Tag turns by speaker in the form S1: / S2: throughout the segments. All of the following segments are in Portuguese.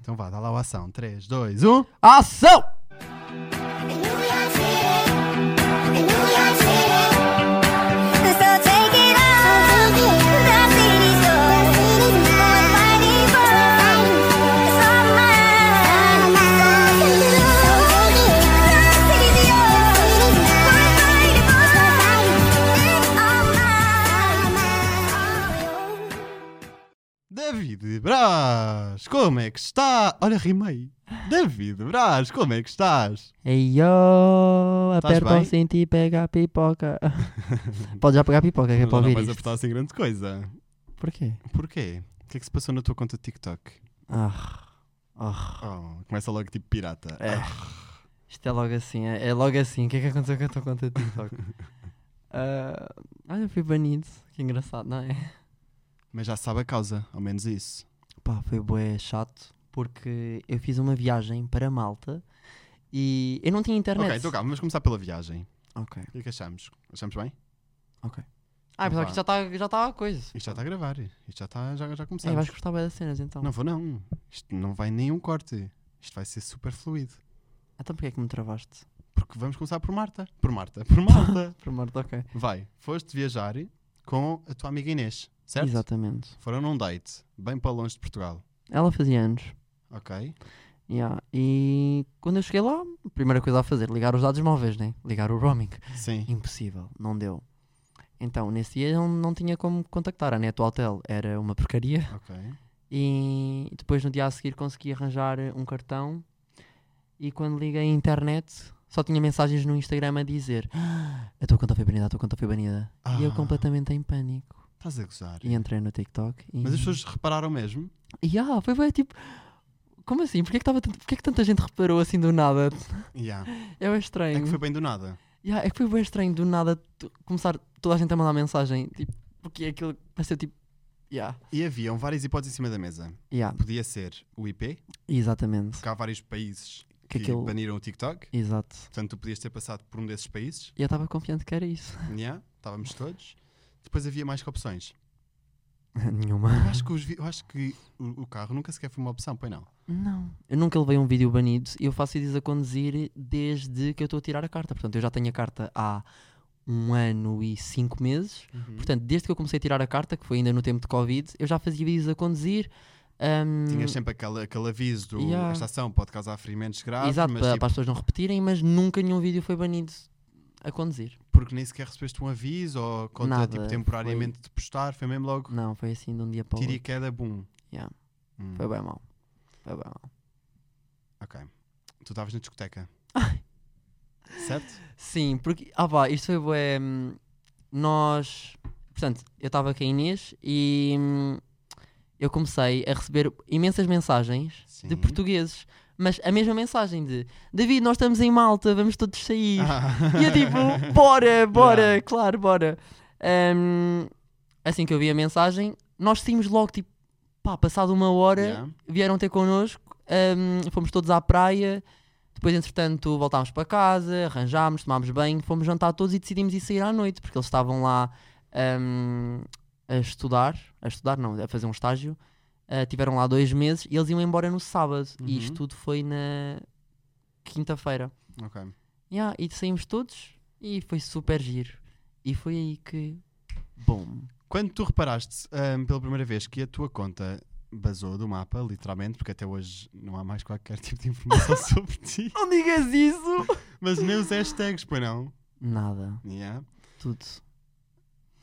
S1: Então vá, dá lá o ação. um. 3, 2, 1.
S2: Ação!
S1: David Braz, como é que está? Olha, rimei. David Braz, como é que estás?
S2: Ei, ó,
S1: Estás
S2: aperta
S1: bem?
S2: o cinto e pega a pipoca. Pode já pegar a pipoca, que é para
S1: não
S2: ouvir
S1: vais
S2: isto.
S1: apertar assim grande coisa.
S2: Porquê?
S1: Porquê? O que é que se passou na tua conta TikTok?
S2: Ah, ah,
S1: Oh, começa logo tipo pirata.
S2: é. Isto é logo assim, é, é logo assim. O que é que aconteceu com a tua conta de TikTok? Ah, olha, fui banido. Que engraçado, não é?
S1: Mas já sabe a causa, ao menos isso.
S2: Pá, foi bué chato porque eu fiz uma viagem para Malta e eu não tinha internet.
S1: Ok, então calma, vamos começar pela viagem.
S2: Ok,
S1: O que é que achamos? Achamos bem?
S2: ok. Ah, pensava que isto é já estava já tá a coisa.
S1: Isto já está a gravar. Isto já, está, já, já
S2: Ei,
S1: começamos.
S2: vais gostar bem das cenas então.
S1: Não vou não. Isto não vai nenhum corte. Isto vai ser super fluido.
S2: Então porquê é que me travaste?
S1: Porque vamos começar por Marta. Por Marta. Por Marta.
S2: Por amor de ok.
S1: vai. Foste viajar com a tua amiga Inês, certo?
S2: Exatamente.
S1: Foram num date, bem para longe de Portugal.
S2: Ela fazia anos.
S1: Ok?
S2: Yeah. E quando eu cheguei lá, a primeira coisa a fazer, ligar os dados móveis, né? Ligar o roaming.
S1: Sim.
S2: Impossível, não deu. Então, nesse dia eu não tinha como contactar a Neto Hotel, era uma porcaria.
S1: Ok.
S2: E depois no dia a seguir consegui arranjar um cartão. E quando liguei à internet, só tinha mensagens no Instagram a dizer: "Ah, A tua conta foi banida, a tua conta foi banida. E eu
S1: Ah.
S2: completamente em pânico.
S1: Estás a gozar.
S2: E entrei no TikTok. E...
S1: Mas as pessoas repararam mesmo?
S2: E, ah, foi, foi tipo. Como assim? Porquê que, tava tant- porquê que tanta gente reparou assim do nada?
S1: Yeah.
S2: É bué
S1: É que
S2: estranho.
S1: foi bem do nada.
S2: Ya, é que foi bem estranho do nada tu- começar toda a gente a mandar mensagem. Tipo, porque aquilo pareceu tipo. Ya,
S1: E haviam várias hipóteses em cima da mesa.
S2: ya,
S1: Podia ser o IP,
S2: exatamente.
S1: porque há vários países
S2: Que
S1: que,
S2: aquilo-
S1: baniram o TikTok.
S2: Exato.
S1: Portanto, tu podias ter passado por um desses países.
S2: E eu estava confiante que era isso.
S1: Yeah, estávamos todos. Depois havia mais que opções.
S2: Nenhuma.
S1: Eu acho que, os vi- eu acho que o, o carro nunca sequer foi uma opção, pois não?
S2: Não. Eu nunca levei um vídeo banido e eu faço isso a conduzir desde que eu estou a tirar a carta. Portanto, eu já tenho a carta há um ano e cinco meses.
S1: Uhum.
S2: Portanto, desde que eu comecei a tirar a carta, que foi ainda no tempo de Covid, eu já fazia vídeos a conduzir. um, ahm,
S1: Tinhas sempre aquele, aquele aviso do
S2: Yeah.
S1: esta ação pode causar ferimentos graves,
S2: Exato,
S1: mas
S2: para,
S1: tipo,
S2: para as pessoas não repetirem, mas nunca nenhum vídeo foi banido a conduzir.
S1: porque nem sequer recebeste um aviso ou conta
S2: Nada,
S1: tipo, temporariamente de postar, foi mesmo logo
S2: Não, foi assim de um dia para o
S1: tira e
S2: outro.
S1: queda, boom.
S2: Yeah.
S1: Hum,
S2: Foi bem mal. Foi bem mal.
S1: ok. Tu estavas na discoteca. certo?
S2: Sim, porque. Ah, pá, isto foi. bué, hum, nós. Portanto, eu estava com a Inês e. hum, eu comecei a receber imensas mensagens
S1: Sim.
S2: de portugueses. Mas a mesma mensagem de David, nós estamos em Malta, vamos todos sair.
S1: Ah.
S2: E eu tipo, bora, bora,
S1: Yeah.
S2: claro, bora. Hum, assim que eu vi a mensagem, nós saímos logo, tipo, pá, passado uma hora,
S1: Yeah.
S2: vieram ter connosco, hum, fomos todos à praia, depois entretanto voltámos para casa, arranjámos, tomámos banho, fomos jantar todos e decidimos ir sair à noite, porque eles estavam lá hum, a estudar, a estudar não, a fazer um estágio, Ah, tiveram lá dois meses e eles iam embora no sábado, e isto
S1: Uhum.
S2: tudo foi na quinta-feira.
S1: Ok.
S2: Yeah, e saímos todos e foi super giro. E foi aí que. Bom.
S1: Quando tu reparaste ahm, pela primeira vez que a tua conta basou do mapa, literalmente, porque até hoje não há mais qualquer tipo de informação sobre ti,
S2: Não digas isso!
S1: mas nem os hashtags, pois não?
S2: Nada,
S1: Yeah.
S2: tudo.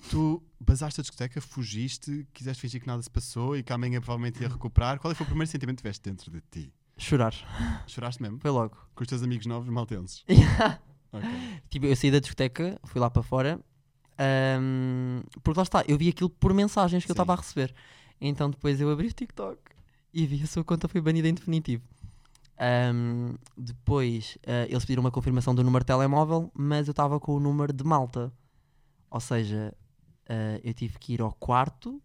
S1: Tu basaste a discoteca, fugiste, quiseste fingir que nada se passou e que amanhã provavelmente ia recuperar. Qual é que foi o primeiro sentimento que tiveste dentro de ti?
S2: Chorar.
S1: Choraste mesmo?
S2: Foi logo.
S1: Com os teus amigos novos maltenses? Ok.
S2: Tipo, eu saí da discoteca, fui lá para fora, ahm, porque lá está, eu vi aquilo por mensagens que eu
S1: Sim.
S2: estava a receber. Então depois eu abri o TikTok e vi a sua conta foi banida em definitivo. Ahm, depois ah, eles pediram uma confirmação do número de telemóvel, mas eu estava com o número de malta. Ou seja, ah, eu tive que ir ao quarto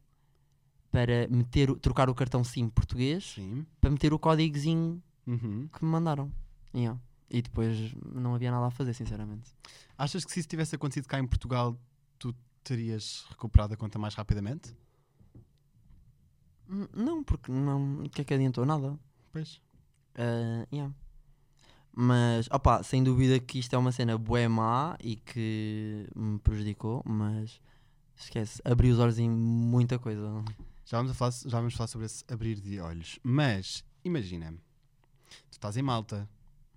S2: para meter, o- trocar o cartão SIM português
S1: Sim.
S2: para meter o códigozinho
S1: Uhum.
S2: que me mandaram. Yeah. E depois não havia nada a fazer, sinceramente.
S1: Achas que se isso tivesse acontecido cá em Portugal, tu terias recuperado a conta mais rapidamente?
S2: N- Não, porque não. O que é que adiantou? Nada.
S1: Pois.
S2: Ah, yeah. Mas, opá, sem dúvida que isto é uma cena bué má e que me prejudicou, mas esquece, abri os olhos em muita coisa.
S1: Já vamos, a falar, já vamos falar sobre esse abrir de olhos. Mas, imagina, tu estás em Malta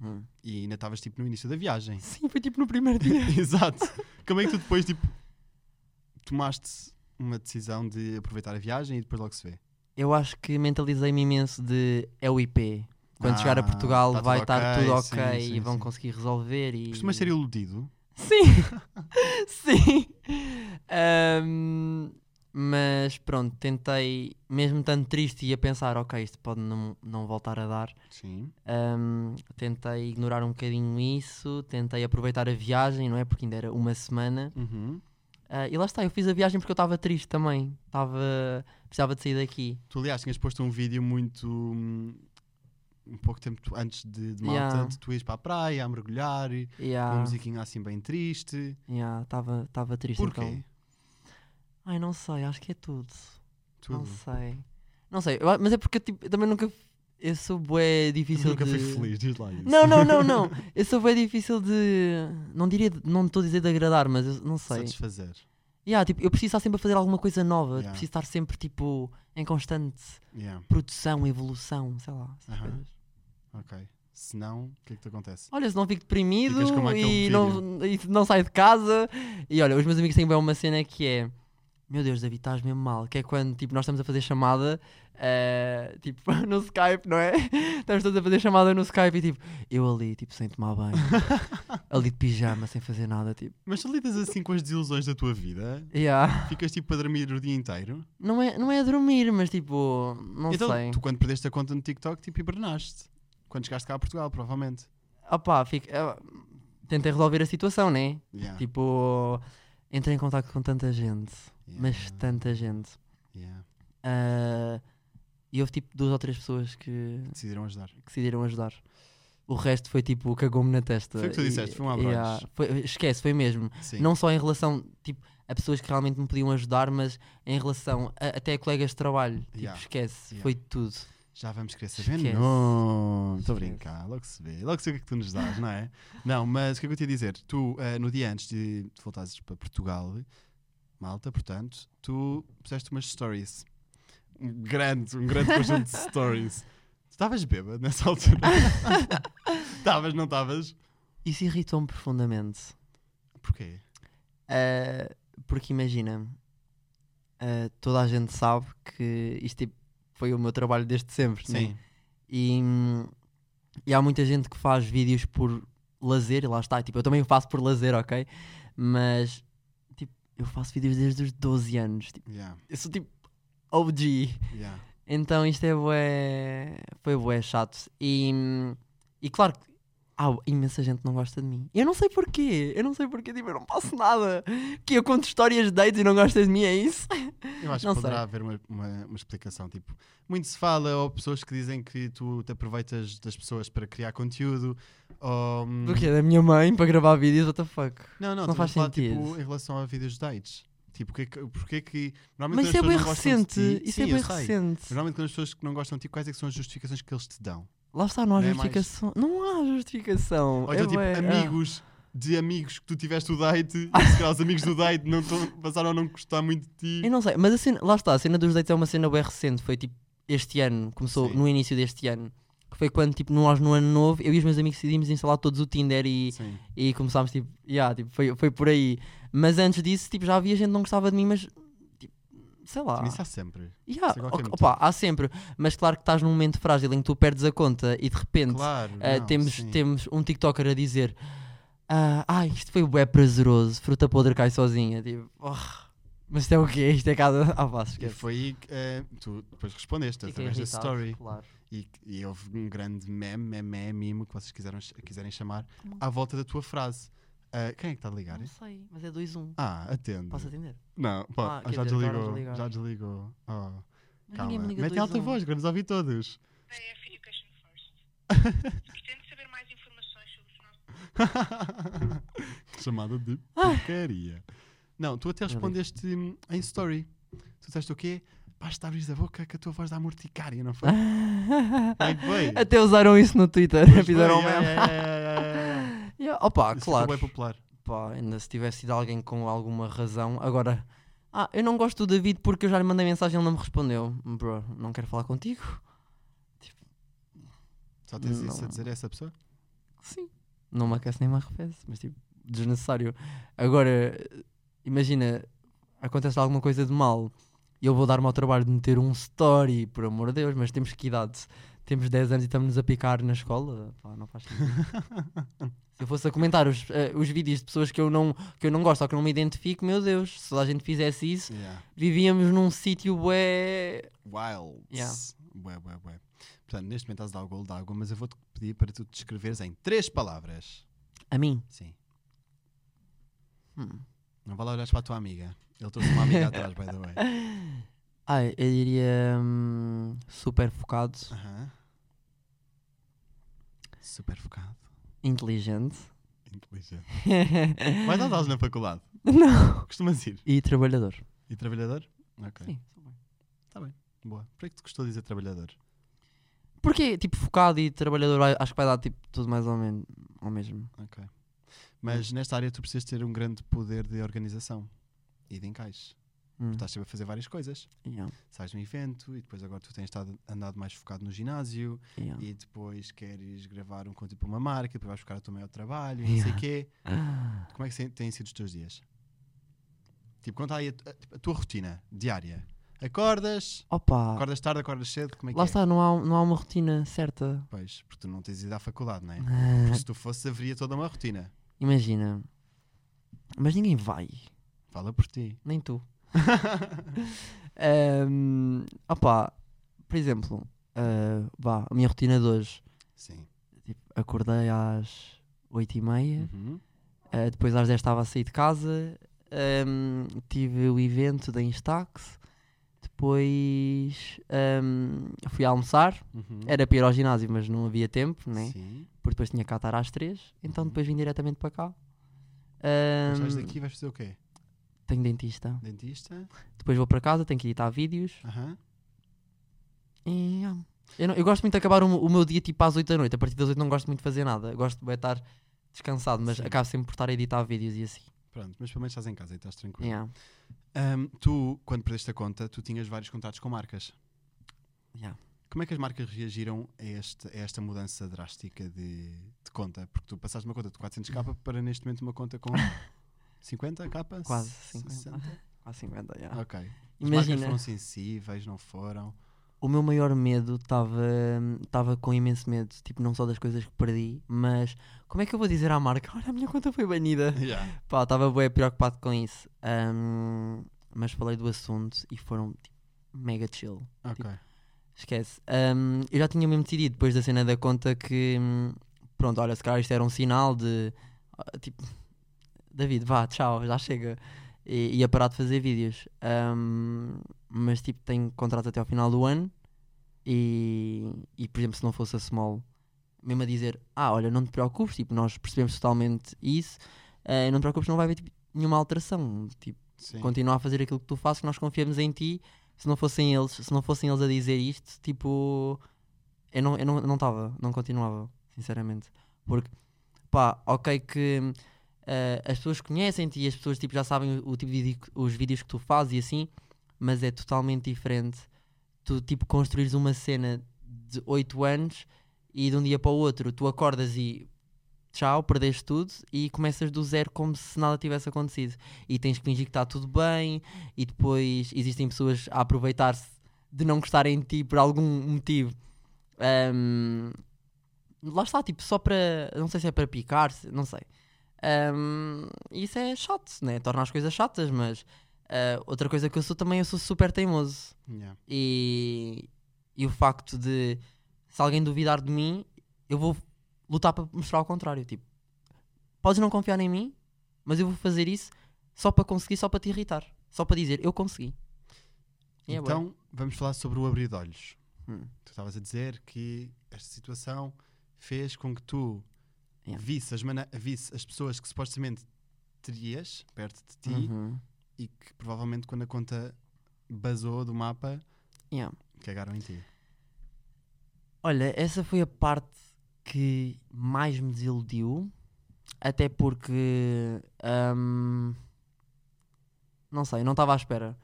S2: Hum.
S1: e ainda estavas tipo no início da viagem.
S2: Sim, foi tipo no primeiro dia.
S1: Exato. Como é que tu depois, tipo, tomaste uma decisão de aproveitar a viagem e depois logo se vê?
S2: Eu acho que mentalizei-me imenso de é o IP. Quando chegar a
S1: Ah,
S2: Portugal
S1: tá tudo
S2: vai estar
S1: ok,
S2: tudo
S1: sim,
S2: ok e
S1: sim,
S2: vão
S1: sim.
S2: conseguir resolver. E...
S1: Costumas ser iludido?
S2: Sim, sim. Ahm, mas pronto, tentei, mesmo estando triste e a pensar, ok, isto pode não, não voltar a dar,
S1: Sim.
S2: ahm, tentei ignorar um bocadinho isso, tentei aproveitar a viagem, não é? Porque ainda era uma semana.
S1: Uhum.
S2: Ah, e lá está, eu fiz a viagem porque eu estava triste também, estava, precisava de sair daqui.
S1: Tu, aliás, tinhas posto um vídeo muito. hum, um pouco tempo tu- antes de, de Malta,
S2: Yeah. Ah.
S1: de tu ires para a praia, a mergulhar, e com uma
S2: Yeah,
S1: musiquinha assim bem triste.
S2: yeah, estava estava triste
S1: Porquê?
S2: então. Ai, não sei, acho que é tudo. Não
S1: Tudo.
S2: sei. Não sei, eu a- mas é porque eu, tipo, eu também nunca. Eu sou bué
S1: Tu
S2: difícil
S1: nunca
S2: é de.
S1: fui feliz, diz lá isso.
S2: Não, não, não, não. Eu sou bué difícil de. Não diria. de- Não estou a dizer de agradar, mas eu não sei.
S1: Satisfazer.
S2: Yeah, tipo, eu preciso estar sempre a fazer alguma coisa nova.
S1: Yeah.
S2: Preciso estar sempre, tipo, em constante
S1: Yeah,
S2: produção, evolução, sei lá. essas
S1: Aham.
S2: coisas.
S1: ok. Se não, o que é que te acontece?
S2: Olha, se não fico deprimido
S1: Ficas como aquele
S2: e não, e não saio de casa. E olha, os meus amigos têm bem uma cena que é. Meu Deus, David, estás mesmo mal. Que é quando tipo, nós estamos a fazer chamada, eh, tipo, no Skype, não é? Estamos todos a fazer chamada no Skype e tipo, eu ali, tipo, sem tomar banho, ali de pijama, sem fazer nada, tipo,
S1: Mas tu lidas assim com as desilusões da tua vida?
S2: yeah.
S1: Ficas tipo a dormir o dia inteiro?
S2: não, é, não é dormir, mas tipo, não
S1: então,
S2: sei.
S1: tu quando perdeste a conta no TikTok, tipo, hibernaste. Quando chegaste cá a Portugal, provavelmente.
S2: Opá, fico, eh, tentei resolver a situação, né?
S1: Yeah,
S2: Tipo, entrei em contato com tanta gente,
S1: yeah,
S2: mas tanta gente.
S1: yeah.
S2: Ah, e houve tipo duas ou três pessoas que,
S1: Decidiram ajudar.
S2: que decidiram ajudar. O resto foi tipo, cagou-me na testa.
S1: Foi o que tu
S2: E-
S1: disseste, foi um
S2: e, ah,
S1: abraço.
S2: foi- Esquece, foi mesmo.
S1: Sim.
S2: Não só em relação tipo, a pessoas que realmente me podiam ajudar, mas em relação a- até a colegas de trabalho. Tipo,
S1: Yeah.
S2: esquece,
S1: Yeah.
S2: foi tudo.
S1: Já vamos querer saber?
S2: Esquece.
S1: Não, estou a
S2: Esquece.
S1: brincar, logo se vê. Logo se vê o que é que tu nos dás, não é? Não, mas o que é que eu te ia dizer? Tu, eh, no dia antes de voltares para Portugal, malta, portanto, tu puseste umas stories. Um grande, um grande conjunto de stories. Tu estavas bêbado nessa altura? Estavas, não estavas?
S2: Isso irritou-me profundamente.
S1: Porquê?
S2: Ah, porque imagina, ah, toda a gente sabe que isto tipo, foi o meu trabalho desde sempre, né? E, hum, e há muita gente que faz vídeos por lazer, e lá está. Tipo, eu também faço por lazer, ok? Mas, tipo, eu faço vídeos desde os 12 anos. Tipo,
S1: Yeah,
S2: eu sou tipo OG.
S1: yeah.
S2: Então isto é bué... Foi bué chato. E, hum, e claro que há imensa gente que não gosta de mim. Eu não sei porquê. Eu não sei porquê. Tipo, eu não posso nada. Que eu conto histórias de dates e não gostas de mim, é isso?
S1: Eu acho
S2: Não
S1: que poderá
S2: sei.
S1: haver uma, uma, uma explicação. Tipo, muito se fala, ou pessoas que dizem que tu te aproveitas das pessoas para criar conteúdo. Ou, hum,
S2: Do quê? é Da minha mãe para gravar vídeos? What the fuck?
S1: Não, não,
S2: Não
S1: estou
S2: faz
S1: a falar,
S2: sentido.
S1: Tipo, em relação a vídeos de dates. Tipo, porque, que- porque é que. Normalmente
S2: Mas isso é
S1: quando
S2: bem
S1: as pessoas não gostam de
S2: recente.
S1: ti-
S2: Isso
S1: Sim,
S2: é
S1: eu
S2: bem
S1: sei.
S2: recente.
S1: Normalmente quando as pessoas que não gostam de ti, quais é que são as justificações que eles te dão?
S2: Lá está, não há
S1: Não é mais-
S2: justificação. Não há justificação.
S1: Ou então,
S2: É
S1: tipo,
S2: bué, ah.
S1: amigos de amigos que tu tiveste o date, e se calhar os amigos do date não tão- passaram a não gostar muito de ti.
S2: Eu não sei, mas a cena, lá está, a cena dos dates é uma cena bem recente. Foi tipo este ano, começou
S1: Sim.
S2: no início deste ano. Que foi quando, tipo, nós no ano novo, eu e os meus amigos decidimos instalar todos o Tinder e,
S1: Sim.
S2: e começámos, tipo, yeah, tipo foi, foi por aí. Mas antes disso, tipo, já havia gente que não gostava de mim, mas, tipo, sei lá.
S1: Sim, Isso há sempre.
S2: Yeah,
S1: isso é qualquer
S2: ok- opa, há sempre. Mas claro que estás num momento frágil em que tu perdes a conta e de repente
S1: Claro.
S2: Uh,
S1: não,
S2: temos,
S1: sim.
S2: temos um TikToker a dizer: ah, ai, isto foi bué prazeroso, fruta podre cai sozinha. Tipo, "Oh, mas isto é o quê? Isto é cada. Ah, vá,
S1: E
S2: esquece.
S1: foi aí que eh, tu depois respondeste
S2: Fiquei
S1: através da
S2: irritado,
S1: story.
S2: claro.
S1: E, e houve um grande meme, meme, meme, mimo, que vocês quiseram, ch- quiserem chamar, à volta da tua frase. Ah, quem é que está a ligar?
S2: Não sei, mas é 2-1.
S1: Ah, atende.
S2: Posso atender?
S1: Não, pode.
S2: Ah,
S1: Ah,
S2: quer
S1: já,
S2: dizer, agora
S1: desligou,
S2: desligaram.
S1: já desligou. Oh,
S2: Mas
S1: calma.
S2: ninguém me liga
S1: Mete em alta
S2: 2-1.
S1: voz, agora nos ouvi todos.
S3: AF Education First. Se pretende saber mais informações sobre os nossos
S1: Chamada de porcaria. Não, tu até
S2: Ah. Meu Deus.
S1: respondeste hum, em story. Tu disseste o quê? Basta abrir a boca que a tua voz dá morticária, não foi? Ai, bem.
S2: Até usaram isso no Twitter,
S1: Pois
S2: fizeram o
S1: foi,
S2: meme.
S1: é, é, é, é, é, é.
S2: Yeah, Opa,
S1: Isso
S2: Ah, claro.
S1: Foi bem popular.
S2: Pá, ainda se tivesse sido alguém com alguma razão. Agora, ah, eu não gosto do David porque eu já lhe mandei mensagem e ele não me respondeu. Bro, não quero falar contigo.
S1: Só tens isso
S2: Não.
S1: a dizer a essa pessoa?
S2: Sim. Não me aquece nem me arrefece, mas tipo, desnecessário. Agora, imagina, acontece alguma coisa de mal e eu vou dar-me ao trabalho de meter um story, por amor de Deus, mas temos que idade? Temos 10 anos e estamos-nos a picar na escola? Pá, não faz sentido. Se eu fosse a comentar os, eh, os vídeos de pessoas que eu, não, que eu não gosto ou que não me identifico, meu Deus, se toda a gente fizesse isso,
S1: Yeah.
S2: vivíamos num sítio bué...
S1: Wilds.
S2: Yeah.
S1: Bué, bué, bué. Portanto, neste momento estás a dar o golo de água, mas eu vou-te pedir para tu te descreveres em três palavras.
S2: A mim.
S1: Sim.
S2: Hum.
S1: Não vale olhares para a tua amiga. Ele trouxe uma amiga atrás, by the way.
S2: Ah, eu diria hum, super focado,
S1: Aham. Super focado.
S2: inteligente.
S1: Inteligente. Mas não estás na faculdade.
S2: Não.
S1: Costumas ir.
S2: E trabalhador.
S1: E trabalhador? Ok.
S2: Sim.
S1: Boa. Por que te gostou de dizer trabalhador?
S2: Porque, tipo, focado e trabalhador, a- acho que vai dar, tipo, tudo mais ou menos ao mesmo.
S1: Mas nesta área tu precisas ter um grande poder de organização e de encaixe.
S2: Hum.
S1: Estás sempre a fazer várias coisas.
S2: Yeah,
S1: Sais de um evento e depois agora tu tens estado, andado mais focado no ginásio
S2: yeah.
S1: e depois queres gravar um conteúdo para uma marca, depois vais buscar o teu maior trabalho e não sei
S2: Yeah. Ah.
S1: o quê. Como é que se- têm sido os teus dias? Tipo, conta aí a, tu- a- tipo, a tua rotina diária. Acordas,
S2: Opa,
S1: acordas tarde, acordas cedo, como é que
S2: Ah. lá
S1: é?
S2: está, não há, não há uma rotina certa.
S1: Pois, porque tu não tens ido à faculdade, não é?
S2: Ah,
S1: Porque se tu fosse, haveria toda uma rotina.
S2: Imagina. Mas ninguém vai,
S1: Fala por ti.
S2: nem tu. Ahm, opa, por exemplo, ah, vá, a minha rotina de hoje.
S1: Sim.
S2: Tipo, acordei às 8h30.
S1: Uhum.
S2: Uh, depois às 10 estava a sair de casa. um, tive o evento da Instax. Depois um, fui almoçar.
S1: Uhum.
S2: Era para ir ao ginásio, mas É, não havia tempo, né?
S1: Sim.
S2: porque depois tinha que estar às 3. Então
S1: Uhum.
S2: depois vim diretamente para cá.
S1: Mas
S2: Um,
S1: sais daqui vais fazer o quê?
S2: Tenho dentista.
S1: Dentista?
S2: Depois vou para casa, tenho que editar vídeos.
S1: Aham.
S2: E, ah, eu, não- eu gosto muito de acabar o, meu- o meu dia tipo às 8 da noite. A partir das 8 não gosto muito de fazer nada. Gosto de estar descansado, mas
S1: Sim.
S2: acabo sempre por estar a editar vídeos e assim.
S1: Pronto, mas pelo menos estás em casa e estás tranquilo.
S2: Yeah.
S1: Ahm, tu, quando perdeste a conta, tu tinhas vários contatos com marcas.
S2: Yeah.
S1: Como é que as marcas reagiram a, este- a esta mudança drástica de, de conta? Porque tu passaste de uma conta de 400k para neste momento uma conta com 50k?
S2: Quase 50.
S1: 60?
S2: Quase 50, Assim, yeah.
S1: Ok. As marcas
S2: Imagina.
S1: foram sensíveis, não foram?
S2: o meu maior medo estava com imenso medo, tipo, não só das coisas que perdi, mas como é que eu vou dizer à marca, olha, a minha conta foi banida?
S1: Yeah.
S2: Pá, estava bem preocupado com isso. Ahm, mas falei do assunto e foram tipo, mega chill.
S1: Ok.
S2: Tipo, Esquece. Ahm, eu já tinha mesmo decidido depois da cena da conta que hum, pronto, olha, se calhar isto era um sinal de ah, tipo David, vá, tchau, já chega. E ia parar de fazer vídeos. Ahm, mas tipo, tenho contrato até ao final do ano e, e por exemplo, se não fosse a Small, mesmo a dizer, ah, olha, não te preocupes, tipo, nós percebemos totalmente isso, eh, não te preocupes, não vai haver tipo, nenhuma alteração. Tipo,
S1: Sim.
S2: continua a fazer aquilo que tu fazes, que nós confiamos em ti. Se não fossem eles, se não fossem eles a dizer isto, tipo, eu não estava, não, tava, não continuava, sinceramente. Porque, pá, ok que eh, as pessoas conhecem-te e as pessoas tipo, já sabem o, o tipo de vídeo que- os vídeos que tu fazes e assim, mas é totalmente diferente tu, tipo, construires uma cena de 8 anos e de um dia para o outro tu acordas e tchau, perdeste tudo e começas do zero como se nada tivesse acontecido e tens que fingir que está tudo bem e depois existem pessoas a aproveitar-se de não gostarem de ti por algum motivo. Ahm, lá está, tipo, só para. Não sei se é para picar, se- não sei. Ahm, isso é chato, né? Torna as coisas chatas, mas ah, outra coisa que eu sou também, eu sou super teimoso.
S1: Yeah.
S2: E, e o facto de se alguém duvidar de mim, eu vou lutar para mostrar ao contrário. Tipo, podes não confiar em mim, mas eu vou fazer isso só para conseguir, só para te irritar. Só para dizer, eu consegui. E é bué.
S1: Então, vamos falar sobre o abrir de olhos.
S2: Hum.
S1: Tu estavas a dizer que esta situação fez com que tu
S2: Yeah.
S1: visse, as mana- visse as pessoas que supostamente terias perto de ti
S2: Uhum.
S1: e que provavelmente quando a conta basou do mapa,
S2: Yeah.
S1: cagaram em ti.
S2: Olha, essa foi a parte que mais me desiludiu, até porque hum, não sei, não estava à espera.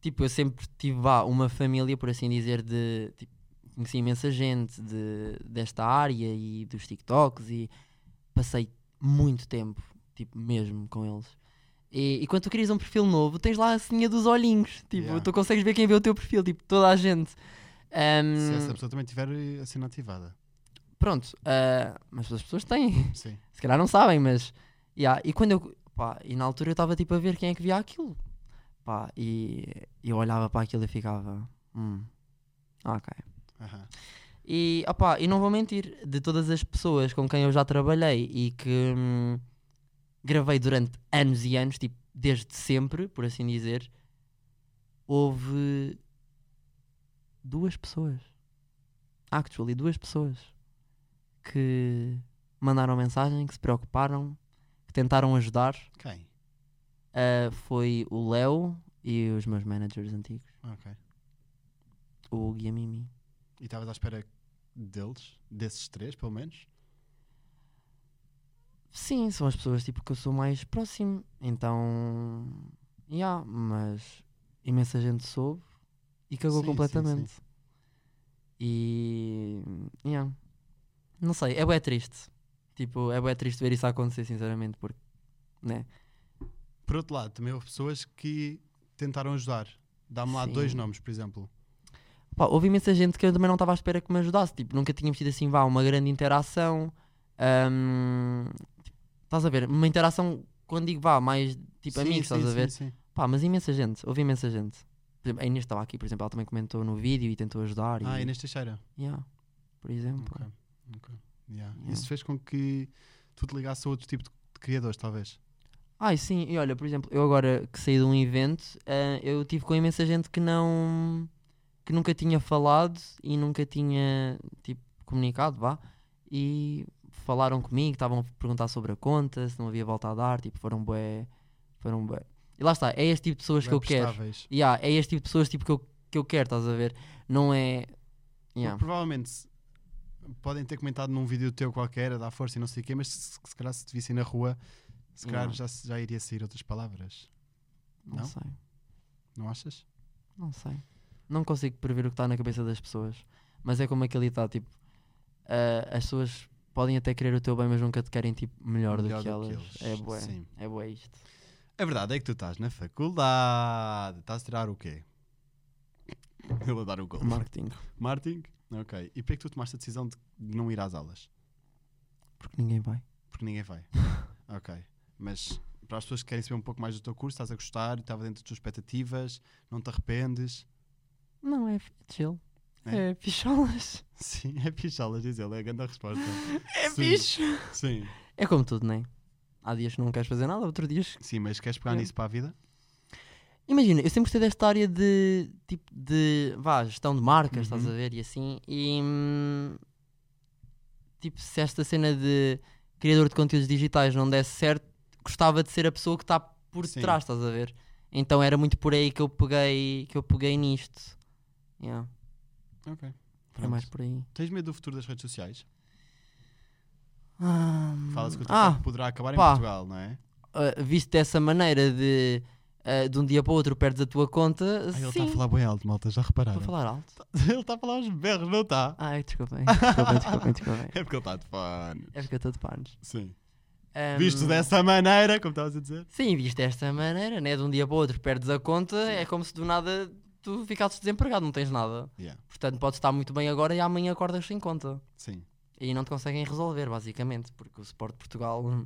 S2: Tipo, eu sempre tive vá, uma família, por assim dizer, de tipo, conheci imensa gente de, desta área e dos TikToks e passei muito tempo, tipo, mesmo com eles. E, e quando tu crias um perfil novo, tens lá a senha dos olhinhos. Tipo,
S1: Yeah.
S2: tu consegues ver quem vê o teu perfil, tipo, toda a gente. Hum,
S1: Se essa pessoa também tiver eh, a cena ativada.
S2: Pronto, ah, mas as pessoas têm,
S1: Sim.
S2: se calhar não sabem, mas. yeah, E quando eu. Pá, e na altura eu estava tipo a ver quem é que via aquilo. Pá, e eu olhava para aquilo e ficava. Hum. ah, Ok.
S1: Aham.
S2: E, opá, e não vou mentir, de todas as pessoas com quem eu já trabalhei e que hum, gravei durante anos e anos, tipo, desde sempre, por assim dizer, houve duas pessoas, actually, duas pessoas que mandaram mensagem, que se preocuparam, que tentaram ajudar.
S1: Quem?
S2: Ah, foi o Léo e os meus managers antigos,
S1: Ok.
S2: o Hugo e a Mimi.
S1: E estavas à espera deles? Desses três, pelo menos?
S2: Sim, são as pessoas tipo que eu sou mais próximo. Então, yeah, mas imensa gente soube e cagou
S1: Sim, sim,
S2: completamente. E yeah. não sei, é bué triste. Tipo, é bué triste ver isso acontecer, sinceramente, porque né?
S1: Por outro lado, também houve pessoas que tentaram ajudar. Dá-me lá
S2: Sim.
S1: dois nomes, por exemplo.
S2: Pá, houve imensa gente que eu também não estava à espera que me ajudasse. Tipo, nunca tínhamos tido assim, vá, uma grande interação. Ahm, tipo, estás a ver? Uma interação, quando digo vá, mais tipo
S1: Sim,
S2: amigos,
S1: sim,
S2: estás a
S1: sim,
S2: ver?
S1: sim.
S2: Pá, mas imensa gente, houve imensa gente. Por exemplo, a Inês estava aqui, por exemplo, ela também comentou no vídeo e tentou ajudar.
S1: Ah,
S2: e...
S1: Inês Teixeira.
S2: Yeah, por exemplo.
S1: Ok. ok. Yeah.
S2: Yeah.
S1: Isso fez com que tu te ligasse a outro tipo de de criadores, talvez.
S2: Ai, sim, e olha, por exemplo, eu agora que saí de um evento, ah, eu tive com imensa gente que não. que nunca tinha falado e nunca tinha, tipo, comunicado, vá. E falaram comigo, estavam a perguntar sobre a conta, se não havia volta a dar, tipo, foram bué. foram bué. E lá está, é este tipo de pessoas que eu quero.
S1: Prestáveis.
S2: Yeah, é este tipo de pessoas tipo, que, eu, que eu quero, estás a ver? Não é.
S1: Porque
S2: Yeah.
S1: Provavelmente se- podem ter comentado num vídeo teu qualquer a dar força e não sei o quê, mas se, se calhar se te vissem na rua, se calhar
S2: Yeah.
S1: já, se- já iria sair outras palavras.
S2: Não,
S1: Não?
S2: sei,
S1: Não achas?
S2: não sei. Não consigo prever o que está na cabeça das pessoas. Mas é como aquele está, tipo, ah, as pessoas podem até querer o teu bem, mas nunca te querem tipo, melhor, do que elas. É bué.
S1: Sim.
S2: É bué isto.
S1: A verdade é que tu estás na faculdade. Estás a tirar o quê? Ele a dar o gol.
S2: Marketing.
S1: Martin? Ok. E porquê é que tu tomaste a decisão de não ir às aulas?
S2: Porque ninguém vai.
S1: Porque ninguém vai. ok. Mas para as pessoas que querem saber um pouco mais do teu curso, estás a gostar, estava dentro das tuas expectativas, não te arrependes.
S2: Não, é f- chill.
S1: É?
S2: É, picholas.
S1: Sim, é picholas, diz ele, é a grande resposta.
S2: É
S1: Sim.
S2: bicho.
S1: Sim.
S2: É como tudo, não é? Há dias que não queres fazer nada, outros dias
S1: Sim, mas queres pegar
S2: É.
S1: nisso para a vida?
S2: Imagina, eu sempre gostei desta área de tipo de vá, gestão de marcas, estás a
S1: Uhum.
S2: ver, e assim, e hum, tipo, se esta cena de criador de conteúdos digitais não desse certo, gostava de ser a pessoa que está por
S1: Sim.
S2: trás, estás a ver? Então era muito por aí que eu peguei que eu peguei nisto. Yeah,
S1: Ok.
S2: é mais por aí.
S1: Tens medo do futuro das redes sociais?
S2: Ah,
S1: Fala-se que o
S2: ah,
S1: TikTok poderá acabar
S2: pá.
S1: em Portugal, não é?
S2: ah, visto dessa maneira de ah, de um dia para o outro perdes a tua conta,
S1: Ah, ele está
S2: tá sim.
S1: a falar Tá. bem alto, malta, já repararam?
S2: Estou a falar alto.
S1: Ele está a falar aos berros, não está?
S2: Ah, desculpem, desculpem, desculpem, desculpem.
S1: É porque ele está de fone.
S2: É porque eu estou de panos.
S1: Sim.
S2: Ahm,
S1: Visto dessa maneira, como estavas a dizer?
S2: Sim, visto desta maneira, né? De um dia para o outro perdes a conta, é como se do nada tu ficasses desempregado, não tens nada.
S1: Yeah.
S2: Portanto, podes estar muito bem agora e amanhã acordas sem conta.
S1: Sim.
S2: E não te conseguem resolver, basicamente, porque o suporte de Portugal hum,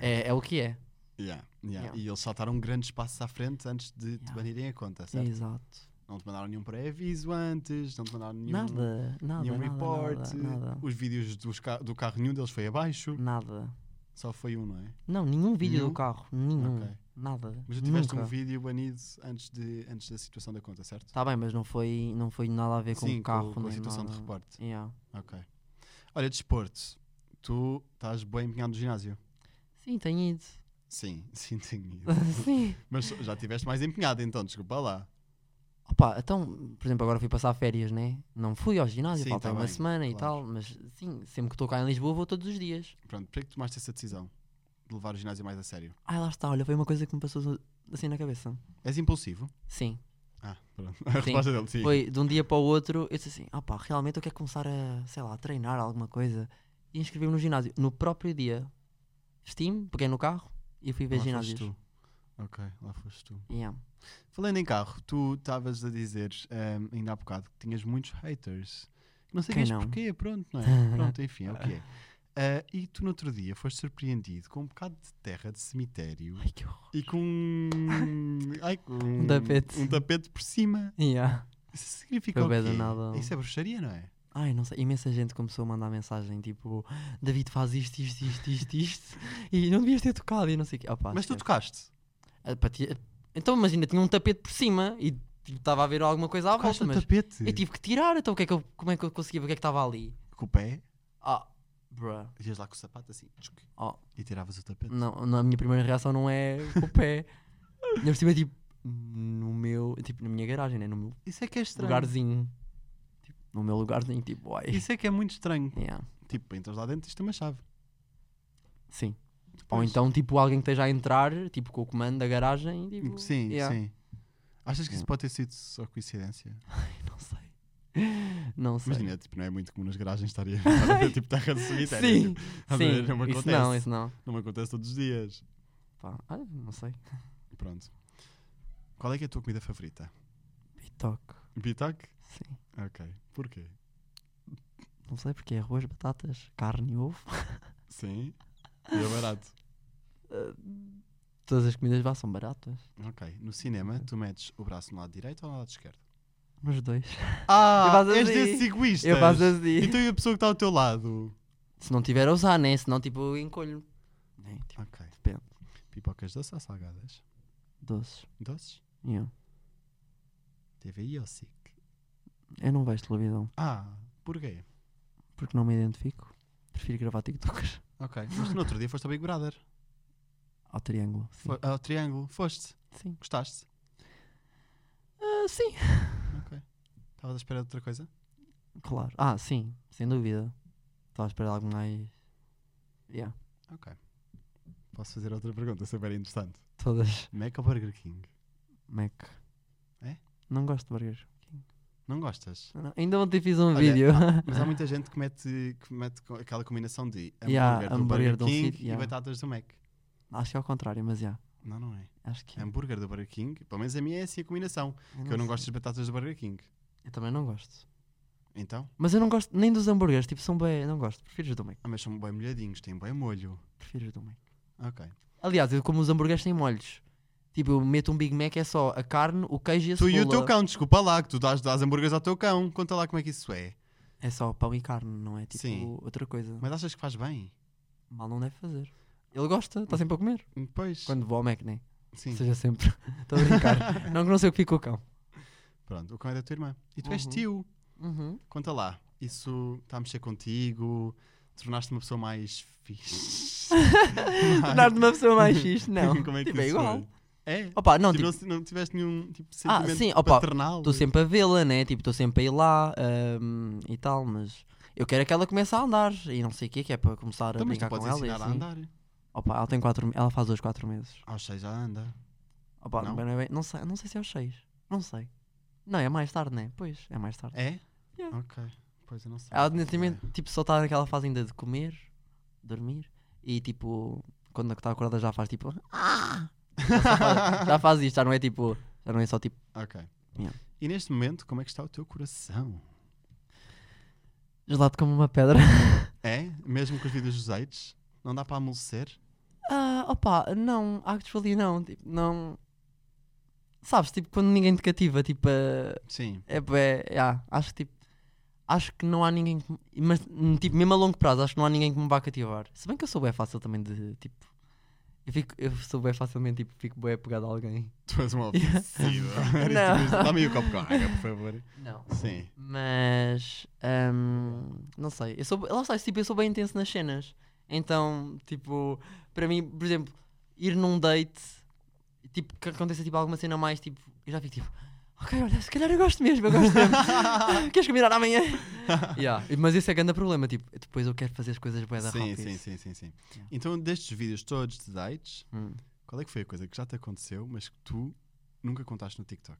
S2: é, é o que é.
S1: Yeah. Yeah.
S2: Yeah.
S1: E eles saltaram grandes passos à frente antes de te
S2: Yeah.
S1: banirem a conta, certo?
S2: Exato.
S1: Não te mandaram nenhum pré-aviso antes, não te mandaram nenhum,
S2: Nada, nada,
S1: nenhum
S2: nada,
S1: report.
S2: nada, Hum.
S1: Os vídeos dos ca- do carro, nenhum deles foi abaixo.
S2: nada, nada.
S1: Só foi um, não é?
S2: Não, nenhum vídeo
S1: Nenhum?
S2: do carro, nenhum,
S1: Ok.
S2: nada.
S1: Mas tu tiveste
S2: Hum. nunca.
S1: um vídeo banido antes, de, antes da situação da conta, certo?
S2: Tá bem, mas não foi, não foi nada a ver com
S1: Sim,
S2: o Ah, carro,
S1: com, a
S2: nem
S1: situação
S2: nada.
S1: de reporte.
S2: Yeah.
S1: Ok. Olha, desporto. Tu estás bem empenhado no ginásio?
S2: Sim, tenho ido.
S1: Sim, sim, tenho ido.
S2: Sim.
S1: Mas já estiveste mais empenhado então, desculpa lá.
S2: Opa, então, por exemplo, agora fui passar férias, né? Não fui ao ginásio,
S1: Sim,
S2: falta
S1: tá
S2: uma
S1: bem,
S2: semana e
S1: claro.
S2: tal, mas sim, sempre que estou cá em Lisboa vou todos os dias.
S1: Pronto, porquê é que tomaste essa decisão? De levar o ginásio mais a sério?
S2: Ai, lá está, olha, foi uma coisa que me passou assim na cabeça.
S1: És impulsivo?
S2: Sim.
S1: Ah, pronto. A
S2: Sim.
S1: resposta dele, sim.
S2: Foi de um dia para o outro, eu disse assim, opa, realmente eu quero começar a, sei lá, a treinar alguma coisa. E inscrevi-me no ginásio. No próprio dia, vesti-me, peguei no carro e fui ver
S1: Lá foste
S2: ginásios.
S1: tu. Ok, lá foste tu.
S2: Yeah.
S1: Falando em carro, tu estavas a dizer ehm, ainda há bocado que tinhas muitos haters. Não sabias
S2: não?
S1: porquê, pronto, não é? Pronto, enfim, é o que é. Ah, e tu no outro dia foste surpreendido com um bocado de terra de cemitério
S2: Ai, que horror.
S1: e com, ai, com um,
S2: tapete.
S1: um tapete por cima.
S2: Yeah.
S1: Isso significa
S2: Foi
S1: o
S2: bué
S1: quê?
S2: do nada.
S1: Isso é bruxaria, não é?
S2: Ai, não sei, imensa gente começou a mandar mensagem, tipo, David faz isto, isto, isto, isto, isto, e não devias ter tocado e não sei o quê. Opa,
S1: Mas tu
S2: esquece.
S1: tocaste.
S2: Ah, pá, ti- Então imagina, tinha um tapete por cima e tipo, estava a ver alguma coisa à
S1: Tocaste
S2: volta,
S1: no
S2: mas
S1: tapete.
S2: eu tive que tirar, então o que é que eu, como é que eu conseguia ver o que é que estava ali?
S1: Com o pé,
S2: Ah, bruh.
S1: ias lá com o sapato assim tchuc,
S2: Oh.
S1: e tiravas o tapete.
S2: Não, não, a minha primeira reação não é com o pé. Ainda por cima, tipo, no meu. Tipo, na minha garagem, né? No meu
S1: Isso é que é estranho.
S2: lugarzinho. Tipo, no meu lugarzinho, tipo, uai.
S1: Isso é que é muito estranho.
S2: Yeah,
S1: Tipo, entras lá dentro tens de ter uma chave.
S2: Sim. Ou
S1: Pois.
S2: então, tipo, alguém que esteja a entrar, tipo, com o comando da garagem, tipo.
S1: Sim,
S2: yeah.
S1: sim. Achas que isso
S2: Yeah.
S1: pode ter sido só coincidência?
S2: Não sei. Não sei.
S1: Mas não é, tipo, não é muito comum nas garagens estaria a ver tipo terra de cemitério.
S2: sim,
S1: Tipo, a ver,
S2: sim.
S1: não me
S2: isso
S1: acontece.
S2: não, isso não.
S1: Não me acontece todos os dias.
S2: Pá, ah, não sei.
S1: Pronto. Qual é que é a tua comida favorita?
S2: Bitoque.
S1: Bitac?
S2: Sim.
S1: Ok. Porquê?
S2: Não sei porque é arroz, batatas, carne e ovo.
S1: Sim. E é barato.
S2: Todas as comidas vá são baratas.
S1: Ok. No cinema, tu metes o braço no lado direito ou no lado esquerdo?
S2: Os dois. Eu
S1: Ah,
S2: faço
S1: és
S2: assim.
S1: desses egoístas.
S2: Eu faço assim.
S1: Então e a pessoa que está ao teu lado?
S2: Se não tiver a usar, né? Se não, tipo, encolho. Né? Tipo,
S1: Ok.
S2: depende.
S1: Pipocas doces ou salgadas?
S2: Doces.
S1: Doces?
S2: Yeah.
S1: TVI ou SIC?
S2: Eu não vejo televisão
S1: Ah, porquê?
S2: porque não me identifico. Prefiro gravar TikToks
S1: Ok. Mas tu no outro dia foste ao Big Brother.
S2: ao triângulo. Sim.
S1: Fo- Ao Triângulo. Foste.
S2: Sim.
S1: Gostaste?
S2: Ah, sim.
S1: Estavas à espera de outra coisa?
S2: Claro. Ah, sim. Sem dúvida. Estava a esperar algo mais. Yeah.
S1: Posso fazer outra pergunta, super interessante.
S2: Todas.
S1: Mac ou Burger King?
S2: Mac.
S1: É?
S2: Não gosto de burgers.
S1: Não gostas?
S2: Não, ainda ontem fiz um
S1: Olha,
S2: vídeo.
S1: Mas há muita gente que mete, que mete co- aquela combinação de hambúrguer
S2: Yeah,
S1: do
S2: hambúrguer
S1: Burger
S2: de um
S1: King
S2: sítio, yeah.
S1: e batatas do Mac.
S2: Acho que é ao contrário, mas já.
S1: Não, não é.
S2: Acho que. é.
S1: Hambúrguer do Burger King, pelo menos a minha é assim a combinação. que eu não
S2: sei.
S1: gosto das batatas do Burger King.
S2: Eu também não gosto.
S1: Então?
S2: Mas eu não gosto nem dos hambúrgueres. Tipo, são bem. Não gosto. Prefiro os do Mac.
S1: Ah, mas são bem molhadinhos, têm bem molho.
S2: Prefiro os do Mac.
S1: Ok.
S2: Aliás, eu como os hambúrgueres sem molhos. Tipo, eu meto um Big Mac, é só a carne, o queijo e a
S1: Tu
S2: cebola.
S1: e o teu cão, desculpa lá, que tu dás, dás hambúrgueres ao teu cão. Conta lá como é que isso é.
S2: É só pão e carne, não é tipo
S1: Sim.
S2: outra coisa.
S1: Mas achas que faz bem?
S2: Mal não deve fazer. Ele gosta, está sempre a comer.
S1: Pois.
S2: Quando vou ao Mac, nem.
S1: Sim.
S2: Seja sempre. Estou a brincar. não que não sei o que fica o cão.
S1: Pronto, o cão é da tua irmã. E tu és
S2: Uhum.
S1: tio.
S2: Uhum.
S1: Conta lá. Isso está a mexer contigo? Tornaste uma pessoa mais fixe?
S2: Tornar-te uma pessoa mais fixe, não.
S1: Como é que
S2: tipo, é
S1: isso
S2: igual.
S1: foi? É?
S2: Opa, não,
S1: Tipo,
S2: tipo,
S1: não se- não tiveste nenhum tipo,
S2: Ah,
S1: sentimento
S2: sim, opa,
S1: paternal?
S2: estou sempre a vê-la, né? Tipo, estou sempre a ir lá ahm, e tal, mas eu quero é que ela comece a andar e não sei o que, que é para começar a
S1: Também Então, tu
S2: brincar
S1: podes
S2: com ela. e
S1: ensinar a
S2: assim.
S1: andar.
S2: Opa, ela, tem quatro, ela faz hoje quatro meses.
S1: Aos seis já anda.
S2: Opa,
S1: Não?
S2: não? é bem- não sei, não sei se é aos 6. Não sei. Não, é mais tarde, né? Pois, é mais tarde.
S1: É?
S2: Yeah.
S1: Ok. Pois eu não sei.
S2: Ela, nitidamente, tipo, só está naquela fase ainda de comer, dormir e tipo, quando está acordada já faz tipo. "Ah!" Já faz, já faz isto, já não é tipo. Já não é só tipo.
S1: Ok.
S2: Yeah.
S1: E neste momento, como é que está o teu coração?
S2: Gelado como uma pedra.
S1: É? Mesmo com os vídeos dos aids? Não dá para amolecer?
S2: Ah, opa, não, actually não. Tipo, não. Sabes, tipo, quando ninguém te cativa, tipo, a-
S1: Sim.
S2: É, bué- é, ah, acho que tipo. Acho que não há ninguém que. me- Mas, hum, tipo, mesmo a longo prazo, acho que não há ninguém que me vá cativar. Se bem que eu sou bem fácil também de. Tipo. Eu, fico, eu sou bem facilmente, tipo, fico bem apegado a alguém.
S1: Tu és uma obsessiva. Era isso
S2: Não.
S1: mesmo. Dá-me aí o copo com água, por favor.
S2: Não.
S1: Sim.
S2: Mas. hum, não sei. Eu sou, lá está, tipo, eu sou bem intenso nas cenas. Então, tipo. Para mim, por exemplo, ir num date. Tipo, que aconteça tipo, alguma cena mais, tipo. Eu já fico tipo. Ok, olha, se calhar eu gosto mesmo, eu gosto mesmo. Ah, Queres combinar amanhã? yeah. Mas esse é grande problema, tipo, depois eu quero fazer as coisas bué da
S1: Sim,
S2: rápido.
S1: sim, sim, sim, sim. Então, destes vídeos todos de dates,
S2: Hum.
S1: qual é que foi a coisa que já te aconteceu, mas que tu nunca contaste no TikTok?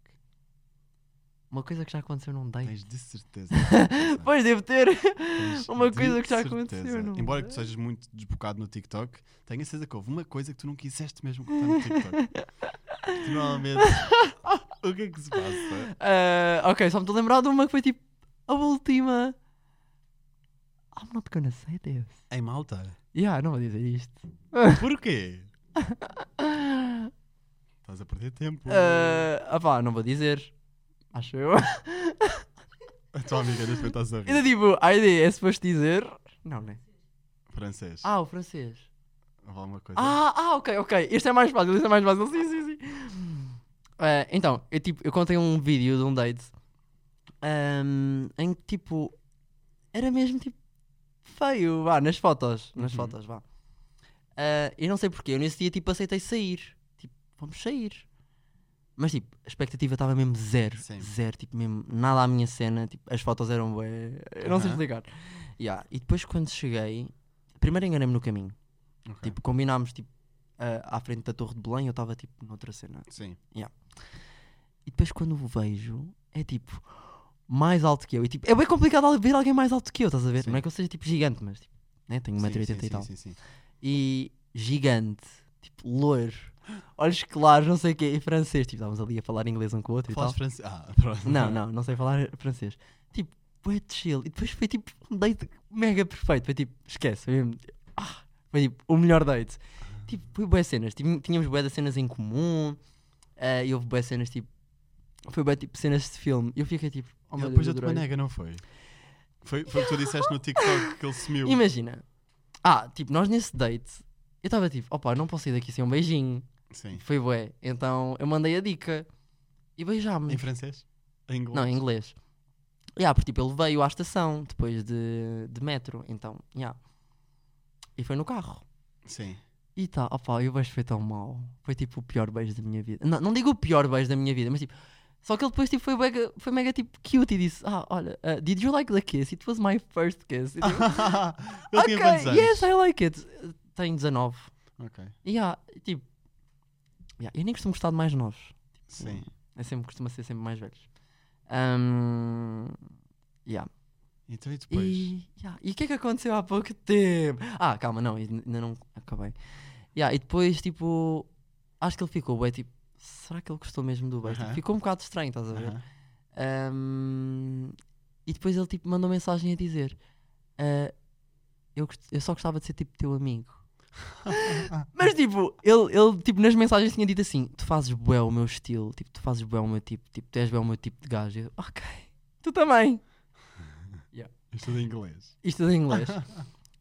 S2: Uma coisa que já aconteceu num date.
S1: Tens de certeza. que vai acontecer.
S2: Pois deve ter.
S1: Tens
S2: uma
S1: de
S2: coisa que já aconteceu,
S1: certeza.
S2: não
S1: Embora
S2: é?
S1: tu sejas muito desbocado no TikTok, tenho a certeza que houve uma coisa que tu não quiseste mesmo contar no TikTok. Tu Normalmente, o que é que se passa?
S2: Ah, ok, só me estou a lembrar de uma que foi tipo a última. I'm not gonna say this.
S1: Em malta?
S2: Yeah, não vou dizer isto.
S1: Porquê? Estás a perder tempo.
S2: Ah pá, não vou dizer. Acho eu.
S1: A tua amiga neste momento estás a rir.
S2: Ainda tipo, a ideia é suposto dizer. Não, né?
S1: Francês.
S2: Ah, o francês.
S1: Houve alguma coisa.
S2: Ah, ah, ok, ok. Este é mais fácil, este é mais fácil. Sim, sim, sim. Eh, então, eu, tipo, eu contei um vídeo de um date ehm, em que, tipo, era mesmo, tipo, feio, vá, nas fotos, nas
S1: Uhum.
S2: fotos, vá. Eh, eu não sei porquê, eu nesse dia, tipo, aceitei sair. Tipo, vamos sair. Mas, tipo, a expectativa estava mesmo zero,
S1: Sim.
S2: zero, tipo, mesmo nada à minha cena, tipo, as fotos eram bué, eu não sei
S1: Aham.
S2: explicar. Yeah. E depois, quando cheguei, primeiro enganei-me no caminho.
S1: Ok.
S2: Tipo, combinámos tipo, a- à frente da Torre de Belém, eu estava tipo noutra cena.
S1: Sim.
S2: E depois quando o vejo, é tipo mais alto que eu. E tipo, é bem complicado al- ver alguém mais alto que eu, estás a ver?
S1: Sim.
S2: Não é que eu seja tipo gigante, mas tipo, né? tenho
S1: Sim,
S2: 1,80m
S1: sim,
S2: e tal.
S1: Sim, sim, sim.
S2: E gigante, tipo loiro, olhos claros, não sei o quê, e francês. Tipo, estávamos ali a falar inglês um com o outro e
S1: Falas
S2: tal.
S1: francês? Ah, pronto.
S2: Não, não, não sei falar francês. Tipo, bué de chill. E depois foi tipo um date mega perfeito. Foi tipo, esquece. Foi, mesmo, ah, foi tipo o melhor date. Tipo, foi bué cenas. Tipo, tínhamos bué de cenas em comum. eh, e houve bué cenas tipo. Foi bué tipo cenas de filme. E eu fiquei tipo, oh
S1: Ele
S2: meu
S1: depois
S2: Deus,
S1: da tua
S2: adorei.
S1: nega, não foi? Foi, foi o que tu disseste no TikTok que ele sumiu.
S2: Imagina. Ah, tipo, nós nesse date. Eu estava tipo, opa, não posso sair daqui sem um beijinho.
S1: Sim.
S2: Foi bué. Então eu mandei a dica. E beijámos.
S1: Em francês? Em inglês?
S2: Não, em inglês. Yeah, porque tipo, ele veio à estação depois de, de metro, então, yeah. E foi no carro.
S1: Sim.
S2: E tá, opá, e o beijo foi tão mau. Foi tipo o pior beijo da minha vida. Não, não digo o pior beijo da minha vida, mas tipo. Só que ele depois tipo, foi, mega, foi mega tipo cute e disse: Ah, olha, uh, did you like the kiss? It was my first kiss. E, tipo,
S1: ele tinha
S2: "Ok,
S1: quantos anos?
S2: Yes, I like it. Tenho 19.
S1: Ok.
S2: E yeah, tipo. yeah, eu nem costumo gostar de mais novos.
S1: Sim.
S2: É sempre, costuma ser sempre mais velhos. Um, Ahm, yeah.
S1: Então e depois?
S2: E, yeah, e o que é que aconteceu há pouco tempo? Ah, calma, não, ainda ainda não acabei. Yeah, e depois, tipo, acho que ele ficou, bem, tipo, será que ele gostou mesmo do beijo? Tipo,
S1: Aham.
S2: ficou um bocado estranho, estás a ver?
S1: Aham.
S2: Ahm, e depois ele, tipo, mandou mensagem a dizer: "Ah, eu, gost- eu só gostava de ser, tipo, teu amigo. Mas, tipo, ele, ele, tipo, nas mensagens tinha dito assim: tu fazes bué o meu estilo, tipo, tu fazes bué o meu tipo, tipo, tu és bué o meu tipo de gajo. Eu, ok, tu também.
S1: Isto tudo em inglês.
S2: Isto tudo em inglês.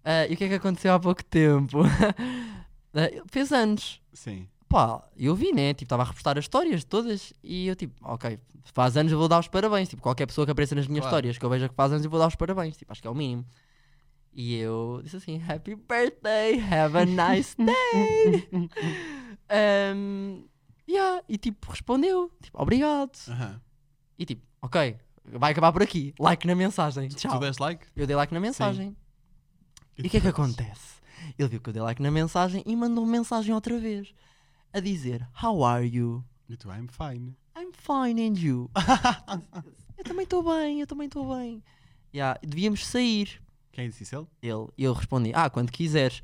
S2: Ah, e o que é que aconteceu há pouco tempo? Ah, ele fez anos.
S1: Sim.
S2: Pá, eu vi, né? Tipo, estava a repostar as histórias todas e eu, tipo, ok, faz anos eu vou dar os parabéns. Tipo, qualquer pessoa que apareça nas minhas
S1: Claro.
S2: histórias que eu veja que faz anos eu vou dar os parabéns. Tipo, acho que é o mínimo. E eu disse assim: Happy birthday, have a nice day. um, yeah, e tipo, respondeu: tipo, Obrigado.
S1: Aham.
S2: E tipo, ok, vai acabar por aqui. Like na mensagem.
S1: Tu
S2: Tchau.
S1: deste like?
S2: Eu dei like na mensagem. E o que é que acontece? Ele viu que eu dei like na mensagem e mandou mensagem outra vez a dizer How are you?
S1: E tu, I'm fine.
S2: I'm fine and you. eu também estou bem, eu também estou bem. Yeah, devíamos sair.
S1: Quem disse isso? Ele?
S2: Ele, e eu respondi, ah, quando quiseres.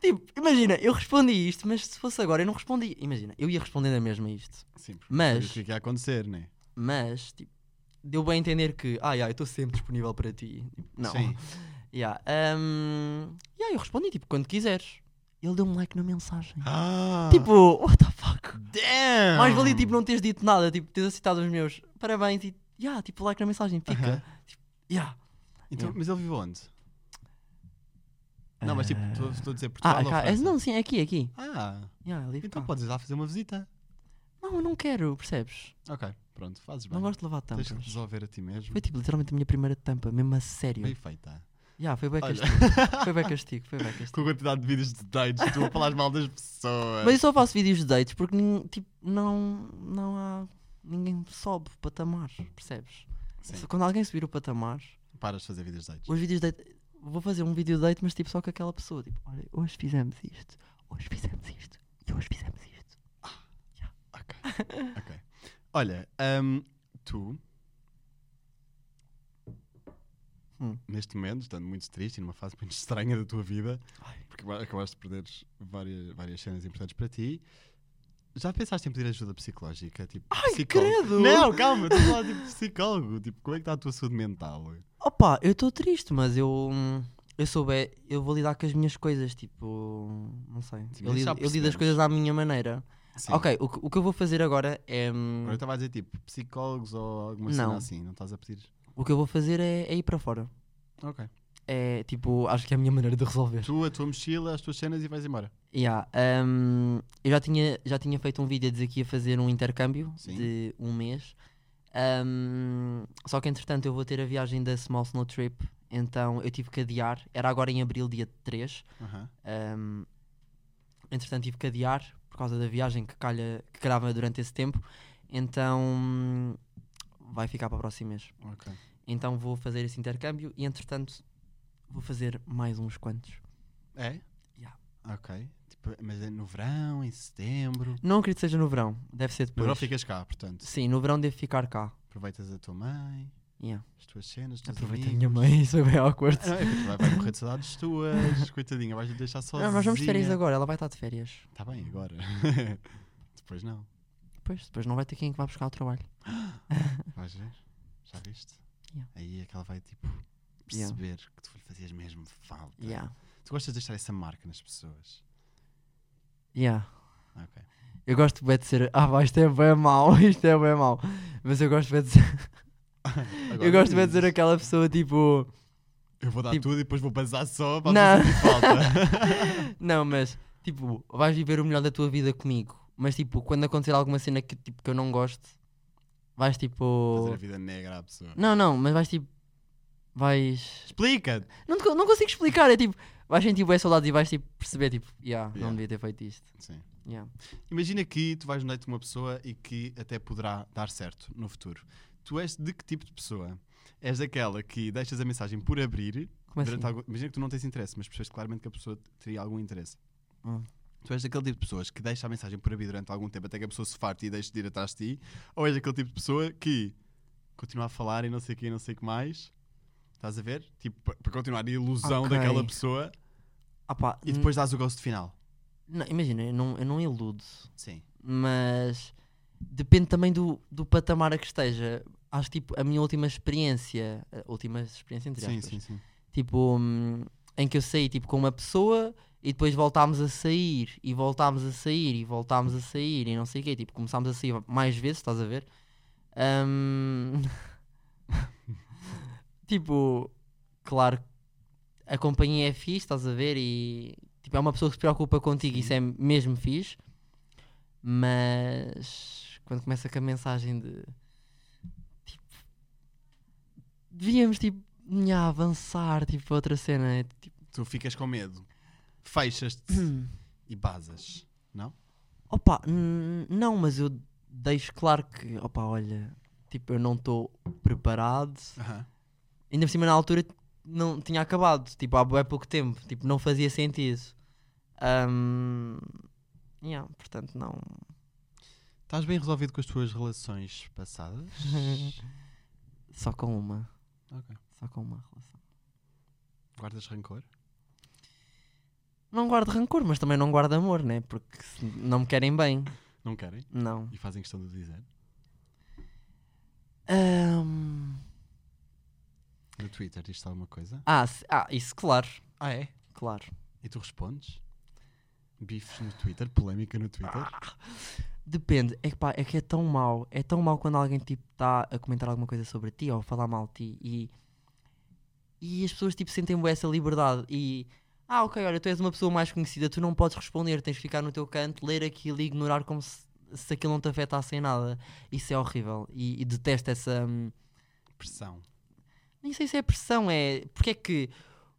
S2: Tipo, imagina, eu respondi isto, mas se fosse agora eu não respondi. Imagina, eu ia responder a mesma isto.
S1: Sim. porque
S2: Mas-
S1: sabias O que é que ia acontecer, né?
S2: Mas, tipo, deu bem a entender que, ah, yeah, eu estou sempre disponível para ti. Tipo, Não.
S1: Sim.
S2: Yeah, um, yeah, eu respondi, tipo, quando quiseres. Ele deu um like na mensagem.
S1: Ah!
S2: Tipo, what the fuck?
S1: Damn!
S2: Mais valia, tipo, não teres dito nada, tipo, teres aceitado os meus parabéns e, yeah, tipo, like na mensagem, fica. Tipo,
S1: Aham.
S2: Yeah.
S1: Então,
S2: Yeah.
S1: Mas ele vive onde? Não, mas tipo, estou- estou a dizer Portugal
S2: Ah,
S1: ou
S2: cá, é-
S1: França?
S2: não, Tipo, sim, é aqui, é aqui.
S1: Ah,
S2: Yeah, ali,
S1: então
S2: cá.
S1: podes ir lá fazer uma visita.
S2: Não, eu não quero, percebes?
S1: Ok, pronto, fazes bem.
S2: Não gosto de lavar
S1: Tens que
S2: tampas.
S1: resolver a ti mesmo.
S2: Foi, tipo, literalmente a minha primeira tampa, mesmo a sério.
S1: Bem feita.
S2: Yeah, foi bem
S1: Olha.
S2: castigo, foi bem castigo, foi bem castigo.
S1: Com a quantidade de vídeos de dates, tu a falar mal das pessoas.
S2: Mas eu só faço vídeos de dates porque, nin- tipo, não, não há ninguém sobe o patamar, percebes?
S1: Sim.
S2: Se- Quando alguém subir o patamar,
S1: Paras de fazer vídeos de dates.
S2: os vídeos de date- Vou fazer um vídeo de date, mas tipo só com aquela pessoa. Tipo, olha, hoje fizemos isto, hoje fizemos isto e hoje fizemos isto.
S1: Ok. ok. Olha, ahm, tu.
S2: Hum.
S1: Neste momento, estando muito triste e numa fase muito estranha da tua vida,
S2: Ai.
S1: porque va- acabaste de perder várias, várias cenas importantes para ti, já pensaste em pedir ajuda psicológica? Tipo, Ai,
S2: credo!
S1: Não, calma, estou a falar tipo psicólogo. Tipo, como é que está a tua saúde mental?
S2: Opa, eu estou triste, mas eu. hum, Eu sou bem, eu vou lidar com as minhas coisas, tipo. Não sei.
S1: Sim,
S2: eu
S1: mas isso já
S2: lido, eu lido as
S1: percebemos.
S2: coisas à minha maneira.
S1: Sim.
S2: Ok, o, que- o que eu vou fazer agora é. hum,
S1: Agora eu estava a dizer tipo psicólogos ou alguma cena
S2: Não.
S1: assim, não estás a pedir?
S2: O que eu vou fazer é, é ir para fora.
S1: Ok.
S2: É tipo, acho que é a minha maneira de resolver.
S1: Tu, a tua mochila, as tuas cenas e vais embora.
S2: Yeah, hum, eu já tinha, já tinha feito um vídeo a dizer que ia fazer um intercâmbio
S1: Sim.
S2: de um mês. Hum, só que entretanto eu vou ter a viagem da Small Snow Trip, então eu tive que adiar. Era agora em abril, dia 3.
S1: Aham.
S2: Hum, entretanto tive que adiar por causa da viagem que, calha, que calhava durante esse tempo. Então hum, vai ficar para o próximo mês.
S1: Ok.
S2: Então vou fazer esse intercâmbio e entretanto vou fazer mais uns quantos.
S1: É?
S2: Yeah.
S1: Ok. Tipo, mas é no verão, em setembro.
S2: Não acredito que seja no verão, deve ser
S1: No
S2: depois.
S1: verão ficas cá, portanto.
S2: Sim, no verão devo ficar cá.
S1: Aproveitas a tua mãe,
S2: Yeah.
S1: as tuas cenas, os teus
S2: Aproveita a
S1: amigos.
S2: minha mãe, isso é bem awkward.
S1: Ah, não, é que tu vai, vai morrer de saudades tuas, coitadinha, vais-te deixar sozinha.
S2: Não, nós vamos de férias agora, ela vai estar de férias.
S1: Está bem, agora. Depois não.
S2: Depois, depois não vai ter quem é que vá buscar o trabalho.
S1: Vais ver? Já viste?
S2: Yeah.
S1: Aí é que ela vai, tipo,
S2: Yeah.
S1: perceber que tu lhe fazias mesmo falta.
S2: Yeah.
S1: Tu gostas de deixar essa marca nas pessoas.
S2: Yeah.
S1: Ok.
S2: Eu gosto bem de ser. Ah, pá, isto é bem mau, isto é bem mau. Mas eu gosto bem de ser. eu gosto bem de ser aquela pessoa tipo.
S1: Eu vou dar
S2: Tipo-
S1: tudo e depois vou passar só para
S2: Não.
S1: não. sentir falta.
S2: Não, mas tipo, vais viver o melhor da tua vida comigo. Mas tipo, quando acontecer alguma cena que, tipo, que eu não gosto, vais
S1: Fazer a
S2: tipo.
S1: vida negra à pessoa.
S2: Não, não, mas vais tipo. Vais.
S1: Explica-te.
S2: Não, te co- não consigo explicar, é tipo, vais sentir bué saudades e vais tipo, perceber, tipo, yeah,
S1: Yeah.
S2: não devia ter feito isto.
S1: Sim.
S2: Yeah.
S1: Imagina que tu vais no date de uma pessoa e que até poderá dar certo no futuro. Tu és de que tipo de pessoa? És daquela que deixas a mensagem por abrir.
S2: Como assim?
S1: durante algum- Imagina que tu não tens interesse, mas percebes claramente que a pessoa teria algum interesse.
S2: Hum.
S1: Tu és daquele tipo de pessoas que deixa a mensagem por abrir durante algum tempo até que a pessoa se farte e deixe de ir atrás de ti? Ou és daquele tipo de pessoa que continua a falar e não sei o que e não sei o que mais? Estás a ver? Tipo, pa- para continuar a ilusão
S2: Ok.
S1: daquela pessoa
S2: Ah pá,
S1: e depois dás o gosto final.
S2: n- não, imagina, eu não, eu não iludo,
S1: Sim.
S2: mas depende também do, do patamar a que esteja. Acho que tipo, a minha última experiência, a última experiência entre
S1: Sim,
S2: aspas,
S1: sim, sim.
S2: tipo, hum, em que eu saí tipo, com uma pessoa e depois voltámos a sair e voltámos a sair e voltámos a sair e não sei o quê, tipo, começámos a sair mais vezes, estás a ver? Hum, tipo, claro, a companhia é fixe, estás a ver? E tipo, é uma pessoa que se preocupa contigo, isso é mesmo fixe, mas quando começa com a mensagem de tipo, devíamos tipo, nhá, avançar tipo, para outra cena, é tipo,
S1: Tu ficas com medo, fechas-te
S2: Hum.
S1: e basas. Não?
S2: Opa, n- não, mas eu deixo claro que, opa, olha, tipo, eu não estou preparado.
S1: Aham.
S2: Ainda por cima, na altura, não tinha acabado, tipo, há bué pouco tempo, tipo, não fazia sentido. Ahm, yeah, portanto, não.
S1: Estás bem resolvido com as tuas relações passadas?
S2: Só com uma.
S1: Ok.
S2: Só com uma relação.
S1: Guardas rancor?
S2: Não guardo rancor, mas também não guardo amor, né? Porque se não me querem bem.
S1: Não querem?
S2: Não.
S1: E fazem questão de o dizer?
S2: Ahm,
S1: No Twitter diz-te alguma coisa?
S2: ah, se- ah, isso, claro.
S1: Ah, é?
S2: Claro.
S1: E tu respondes? Bifes no Twitter? Polémica no Twitter?
S2: Depende, é que, pá, é que é tão mau, é tão mau quando alguém tipo está a comentar alguma coisa sobre ti ou a falar mal de ti e, e as pessoas tipo sentem bué essa liberdade e ah ok, olha, tu és uma pessoa mais conhecida, tu não podes responder, tens de ficar no teu canto, ler aquilo e ignorar como se, se aquilo não te afetasse em nada. Isso é horrível e, e detesto essa. hum,
S1: Pressão.
S2: nem sei se é pressão, é. Porque é que.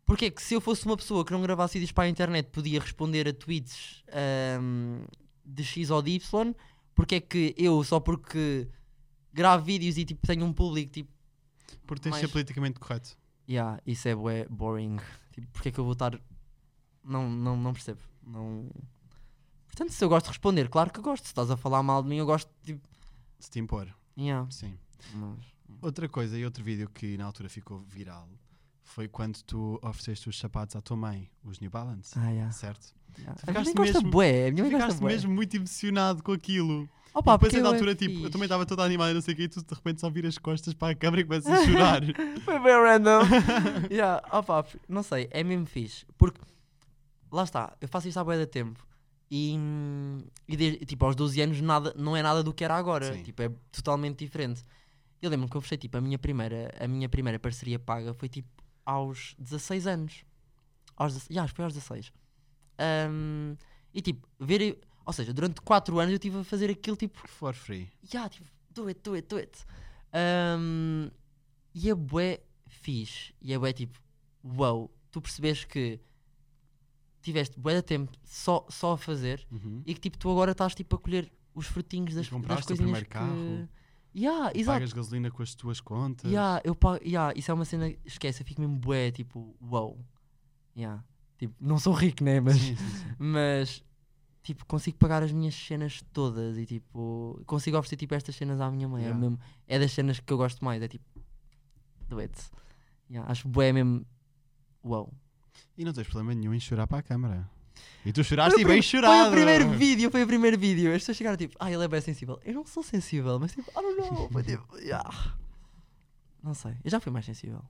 S2: Porque é que se eu fosse uma pessoa que não gravasse vídeos para a internet podia responder a hum, tweets ahm, de X ou de Y, porque é que eu, só porque gravo vídeos e tipo tenho um público tipo,
S1: Porque tens de
S2: Mas-
S1: ser politicamente correto.
S2: yeah, isso é bué boring. Tipo, porque é que eu vou estar. Não, não, não percebo. Não... Portanto, se eu gosto de responder, claro que gosto. Se estás a falar mal de mim, eu gosto de tipo.
S1: Se te impor,
S2: Yeah.
S1: sim.
S2: Mas...
S1: Outra coisa e outro vídeo que na altura ficou viral foi quando tu ofereceste os sapatos à tua mãe, os New Balance,
S2: Ah, yeah.
S1: certo?
S2: yeah.
S1: Tu
S2: A minha mãe
S1: ficaste
S2: gosta
S1: mesmo-
S2: bué. A
S1: Tu
S2: minha mãe gosta
S1: ficaste
S2: bué.
S1: mesmo muito emocionado com aquilo.
S2: Opa,
S1: e depois,
S2: porque
S1: a da
S2: eu é
S1: altura, tipo, eu também
S2: fixe.
S1: estava toda animada, não sei o quê, e tu de repente só viras costas para a câmera e começas a chorar.
S2: Foi bem random. yeah, opa, não sei, é mesmo fixe. Porque, lá está, eu faço isto há bué de tempo. E, e desde- tipo, aos 12 anos nada, não é nada do que era agora.
S1: Sim.
S2: Tipo, é totalmente diferente. Eu lembro que eu fechei, tipo, a minha primeira, a minha primeira parceria paga foi, tipo, aos 16 anos. Aos, 16 yeah, acho que foi aos 16. Ahm, e, tipo, ver... Ou seja, durante 4 anos eu estive a fazer aquilo, tipo,
S1: For free.
S2: yeah, tipo, do it, do it, do it. Um, e é bué fixe. E é bué tipo, wow, tu percebes que tiveste bué de tempo só, só a fazer
S1: Uhum.
S2: e que tipo, tu agora estás tipo a colher os frutinhos das,
S1: E compraste
S2: das
S1: o
S2: coisinhas
S1: primeiro
S2: que...
S1: carro.
S2: Yeah, exato.
S1: Pagas gasolina com as tuas contas.
S2: Yeah, eu pago, yeah, isso é uma cena, esquece, eu fico mesmo bué, tipo, wow. Yeah. Tipo, não sou rico, né? Mas
S1: Sim, sim, sim.
S2: mas tipo, consigo pagar as minhas cenas todas e tipo, consigo oferecer tipo estas cenas à minha mãe,
S1: Yeah.
S2: é mesmo, é das cenas que eu gosto mais, é tipo, doete. Yeah, acho bué mesmo. Uau.
S1: E não tens problema nenhum em chorar para a câmara. E tu
S2: Foi o
S1: choraste e
S2: prim-
S1: tipo, bem chorado.
S2: Foi o primeiro vídeo, foi o primeiro vídeo. As pessoas chegaram tipo, ah, ele é bem sensível. Eu não sou sensível, mas tipo, I don't know. Foi tipo, yeah. Não sei, eu já fui mais sensível.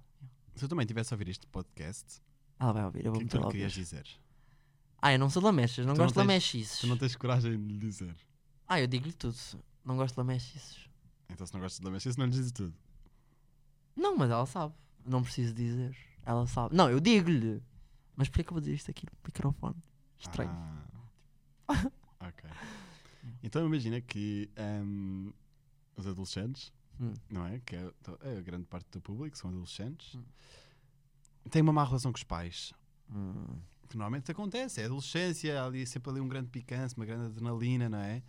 S1: Se eu também tivesse a ouvir este podcast,
S2: Ela vai ouvir, eu
S1: o que é
S2: vou
S1: que tu
S2: muito
S1: lhe
S2: lá
S1: querias
S2: ouvir.
S1: dizer?
S2: Ah, eu não sou de lamechas, não
S1: Tu não
S2: gosto de
S1: tens-
S2: lamechices.
S1: Tu não tens coragem de lhe dizer.
S2: Ah, eu digo-lhe tudo. Não gosto de lamechices.
S1: Então se não gostas de lamechas, isso não lhe dizes tudo.
S2: Não, mas ela sabe. Não preciso dizer. Ela sabe. Não, eu digo-lhe. Mas porquê é que eu vou dizer isto aqui no microfone? Estranho.
S1: Ah, ok. Então imagina que ahm, os adolescentes,
S2: Hum.
S1: não é? Que é, to- é a grande parte do público, são adolescentes,
S2: Hum.
S1: têm uma má relação com os pais.
S2: Hum.
S1: Que normalmente acontece, é adolescência, há ali sempre ali um grande picância, uma grande adrenalina, não é?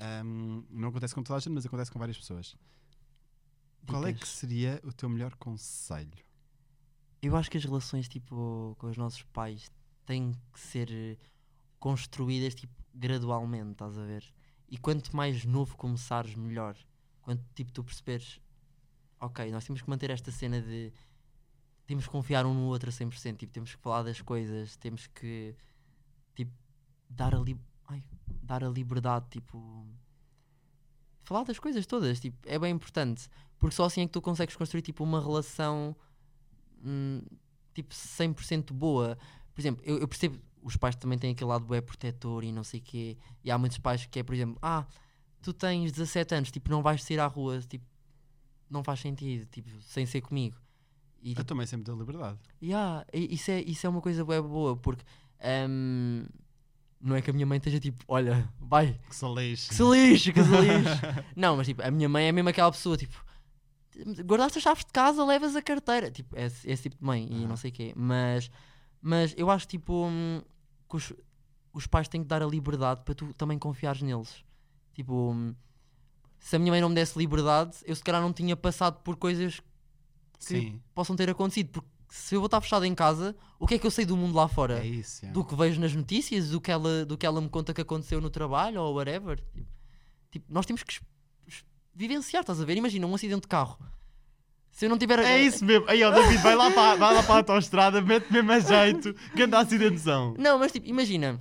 S1: Ahm, não acontece com toda a gente, mas acontece com várias pessoas. Qual é que
S2: Dicas.
S1: seria o teu melhor conselho?
S2: Eu acho que as relações tipo com os nossos pais têm que ser eh, construídas tipo gradualmente, estás a ver? E quanto mais novo começares, melhor. Quando tipo tu perceberes, ok, nós temos que manter esta cena de temos que confiar um no outro a 100%, tipo, temos que falar das coisas, temos que tipo dar a li- ai, dar a liberdade, tipo falar das coisas todas, tipo, é bem importante, porque só assim é que tu consegues construir tipo uma relação hum, tipo 100% boa. Por exemplo, eu, eu percebo os pais também têm aquele lado bué protetor e não sei quê. E há muitos pais que é, por exemplo, ah, tu tens 17 anos, tipo, não vais sair à rua, tipo, não faz sentido, tipo, sem ser comigo. E, tipo,
S1: Eu também sempre dou liberdade.
S2: Yeah, e- isso, é, isso é uma coisa bué boa, porque hum, não é que a minha mãe esteja tipo, olha, vai,
S1: Que se lixe.
S2: que se lixe, que se lixe. não, mas tipo, a minha mãe é mesmo aquela pessoa, tipo, guardaste as chaves de casa, levas a carteira. Tipo, esse, esse tipo de mãe e
S1: Aham.
S2: não sei o quê. Mas, mas eu acho, tipo, hum, que os, os pais têm que dar a liberdade para tu também confiares neles. Tipo, hum, se a minha mãe não me desse liberdade, eu se calhar não tinha passado por coisas que
S1: Sim,
S2: possam ter acontecido. Porque se eu vou estar fechado em casa, o que é que eu sei do mundo lá fora?
S1: é isso. é.
S2: do que vejo nas notícias, do que ela, do que ela me conta que aconteceu no trabalho ou whatever. Tipo, tipo, nós temos que es- es- vivenciar, estás a ver? Imagina um acidente de carro. Se eu não tiver.
S1: É isso mesmo. Aí, ó, David, vai lá para, vai lá para a autostrada, mete mesmo a jeito, assim grande acidentezão.
S2: Não, mas tipo, imagina.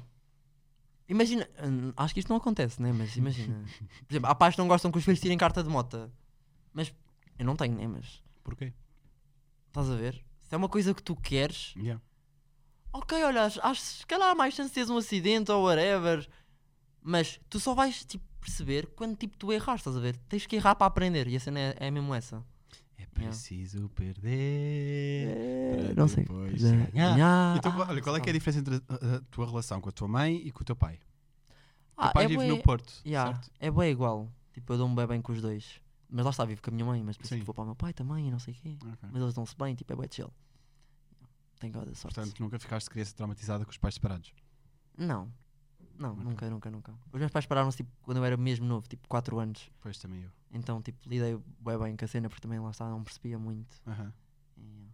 S2: Imagina. hum, Acho que isto não acontece, né? Mas imagina. Por exemplo, há pais que não gostam que os filhos tirem carta de moto. Mas eu não tenho, né? Mas
S1: Porquê?
S2: estás a ver? Se é uma coisa que tu queres,
S1: Yeah.
S2: ok, olha, acho- acho se calhar há mais chance de teres um acidente ou whatever, mas tu só vais tipo, perceber quando tipo, tu erras, estás a ver? Tens que errar para aprender e a cena é, é mesmo essa.
S1: É preciso perder. para
S2: não sei.
S1: depois
S2: Ganhar.
S1: ganhar.
S2: Ganhar.
S1: é. Então,
S2: Ah,
S1: olha, qual é que é a diferença entre a, a tua relação com a tua mãe e com o teu pai? o
S2: Ah,
S1: teu pai
S2: é
S1: vive
S2: bué-
S1: no Porto,
S2: Yeah,
S1: certo?
S2: É bem igual. Tipo, eu dou-me bem, bem com os dois. Mas lá está, vivo com a minha mãe, mas por isso
S1: Sim.
S2: que vou para o meu pai também e não sei o quê.
S1: Ok.
S2: Mas eles dão-se bem, tipo, é bem chill. Tenho God da sorte.
S1: Portanto, nunca ficaste criança traumatizada com os pais separados.
S2: Não. Não,
S1: Nunca.
S2: nunca, nunca, nunca. Os meus pais pararam-se tipo, quando eu era mesmo novo, tipo 4 anos.
S1: Pois também eu.
S2: Então, tipo, lidei bem bem com a cena, porque também lá está, não percebia muito.
S1: Aham.
S2: E,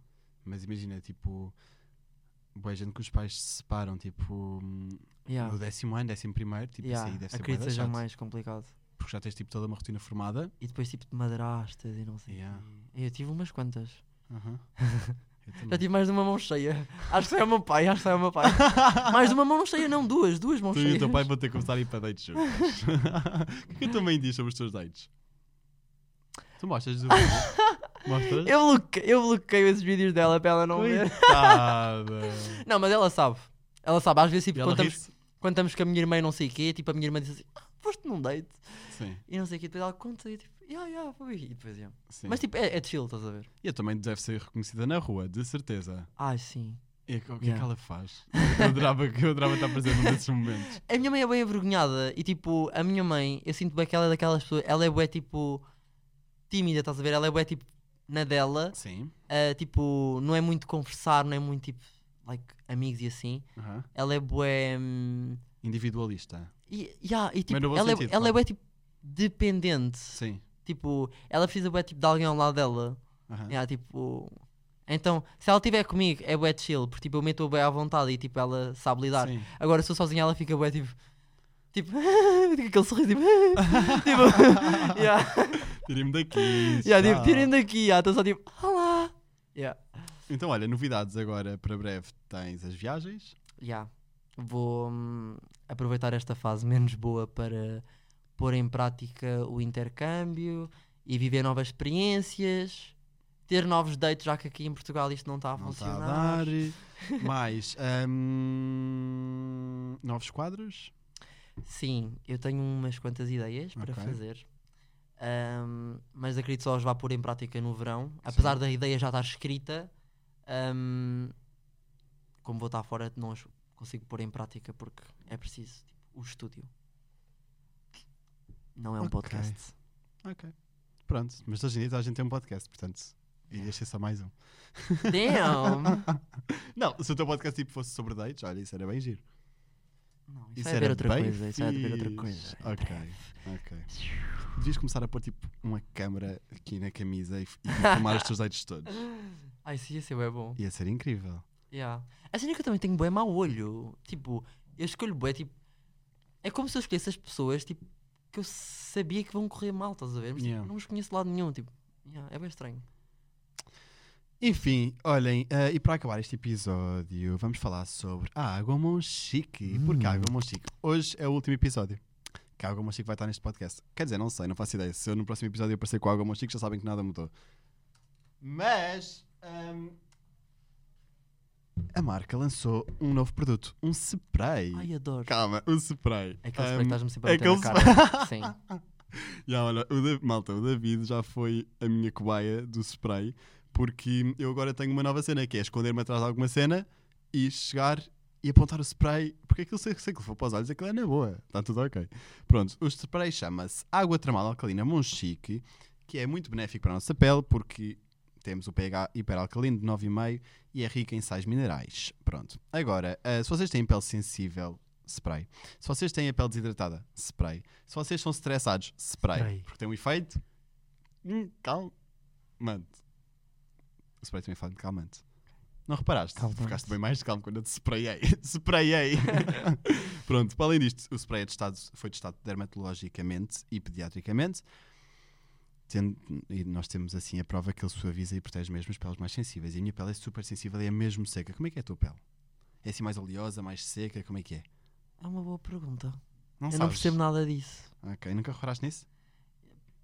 S1: Mas imagina, tipo, boa gente que os pais se separam, tipo, hum,
S2: yeah,
S1: no décimo ano, décimo primeiro, tipo,
S2: yeah,
S1: isso aí deve ser bué
S2: acredito
S1: da
S2: que seja
S1: chato,
S2: mais complicado.
S1: Porque já tens, tipo, toda uma rotina formada.
S2: E depois, tipo, de madrastas e não sei. o
S1: Yeah.
S2: quê. Eu tive umas quantas.
S1: Aham. Eu
S2: Já
S1: também.
S2: tive mais de uma mão cheia. Acho que foi o meu pai, acho que foi o meu pai. mais de uma mão cheia, não, duas, duas mãos
S1: Tu
S2: cheias.
S1: e o teu pai vão ter que começar a ir para dates juntos. o que é que eu também diz sobre os teus dates? Tu mostras o vídeo? Mostras?
S2: Eu bloqueio, eu bloqueio esses vídeos dela para ela não ver.
S1: Coitada!
S2: Não, mas ela sabe. Ela sabe, às vezes,
S1: E
S2: tipo,
S1: ela
S2: quando estamos,
S1: ri-se?
S2: quando estamos com a minha irmã e não sei o quê, tipo, a minha irmã diz assim, ah, foste num date.
S1: Sim,
S2: E não sei o quê, depois ela conta e tipo, yeah, yeah, foi. E depois, yeah.
S1: sim.
S2: Mas tipo, é, é chill, estás a ver?
S1: E eu também deve ser reconhecida na rua, de certeza.
S2: Ai, sim.
S1: E o que é que
S2: Yeah.
S1: ela faz? Eu adorava, eu adorava estar presente num desses momentos.
S2: A minha mãe é bem envergonhada e tipo, a minha mãe, eu sinto bem que ela é daquelas pessoas, ela é bué tipo tímida, estás a ver? Ela é bué tipo na dela,
S1: Sim.
S2: ah, tipo, não é muito conversar, não é muito tipo, like, amigos e assim.
S1: Aham.
S2: Ela é bué. hum,
S1: Individualista.
S2: e, yeah, e, tipo,
S1: Mas no bom
S2: ela,
S1: sentido,
S2: é, ela é
S1: claro.
S2: bué tipo dependente.
S1: Sim.
S2: Tipo, ela precisa bué tipo de alguém ao lado dela.
S1: Aham.
S2: Yeah, tipo. Então, se ela estiver comigo, é bué chill, porque tipo, eu meto bué à vontade e tipo, ela sabe lidar.
S1: Sim.
S2: Agora, se eu sozinha, ela fica bué tipo. Tipo, fica aquele sorriso tipo. tipo, yeah,
S1: Tirem-me daqui.
S2: yeah,
S1: tchau.
S2: tipo, tirem daqui, yeah, estou só tipo, olá! Yeah.
S1: Então, olha, novidades agora para breve. Tens as viagens.
S2: Yeah. Vou hum, aproveitar esta fase menos boa para pôr em prática o intercâmbio e viver novas experiências, ter novos dates, já que aqui em Portugal isto não está a
S1: Não está
S2: funcionar.
S1: a dar. Mais hum, novos quadros.
S2: Sim, eu tenho umas quantas ideias para
S1: Ok.
S2: fazer. Ahm, mas acredito só as vá pôr em prática no verão. Apesar da ideia já estar escrita, ahm, como vou estar fora, não as consigo pôr em prática porque é preciso tipo, o estúdio. Não é um
S1: Ok.
S2: podcast.
S1: Ok. Pronto. Mas hoje em dia toda a gente tem um podcast, portanto,
S2: É.
S1: iria ser só mais um.
S2: Damn!
S1: Não, se o teu podcast tipo, fosse sobre dates, olha, isso era bem giro.
S2: Não, isso, é de ver outra
S1: bem
S2: coisa. Isso é de ver outra
S1: fixe.
S2: coisa. em
S1: Ok,
S2: breve.
S1: ok. Devias começar a pôr tipo uma câmera aqui na camisa e, e filmar os teus dates todos.
S2: Ai, sim, isso é bom.
S1: Ia ser incrível.
S2: Yeah. A cena é que eu também tenho bué mau olho. Tipo, eu escolho bué, tipo... É como se eu escolhesse as pessoas, tipo, que eu sabia que vão correr mal, estás a ver? Mas, tipo,
S1: Yeah.
S2: não os conheço de lado nenhum, tipo... yeah, é bem estranho.
S1: Enfim, olhem, eh, e para acabar este episódio, vamos falar sobre a Água Monchique. Porque
S2: Hum.
S1: a Água Monchique hoje é o último episódio. Que a Água Monchique vai estar neste podcast. Quer dizer, não sei, não faço ideia. Se eu no próximo episódio aparecer com a Água Monchique, já sabem que nada mudou. Mas. ahm, a marca lançou um novo produto, um spray.
S2: Ai, adoro. É
S1: Calma, um spray.
S2: Aquele spray
S1: Ahm,
S2: que estás-me sempre a meter
S1: aquele
S2: na cara. Sim.
S1: já, olha, o Da- malta, o David já foi a minha cobaia do spray, porque eu agora tenho uma nova cena, que é esconder-me atrás de alguma cena e chegar e apontar o spray, porque aquilo sei, sei que foi para os olhos, aquilo é na boa, está tudo ok. Pronto, o spray chama-se Água Termal Alcalina Monchique, que é muito benéfico para a nossa pele, porque temos o pH hiperalcalino de 9,5 e é rico em sais minerais. Pronto, agora, ah, se vocês têm pele sensível, spray. Se vocês têm a pele desidratada, spray. Se vocês são estressados, spray.
S2: Spray.
S1: Porque tem um efeito hum, calmante. O spray tem um efeito calmante. Não reparaste?
S2: Calmante.
S1: Ficaste bem mais calmo quando eu te sprayei. sprayei! Pronto, para além disto, o spray é testado, foi testado dermatologicamente e pediatricamente. Tendo- e nós temos assim a prova que ele suaviza e protege mesmo as peles mais sensíveis. E a minha pele é super sensível e é mesmo seca. Como é que é a tua pele? É assim mais oleosa, mais seca? Como é que é?
S2: É uma boa pergunta.
S1: Não
S2: eu não percebo nada disso.
S1: nada. Ok, nunca reparaste nisso?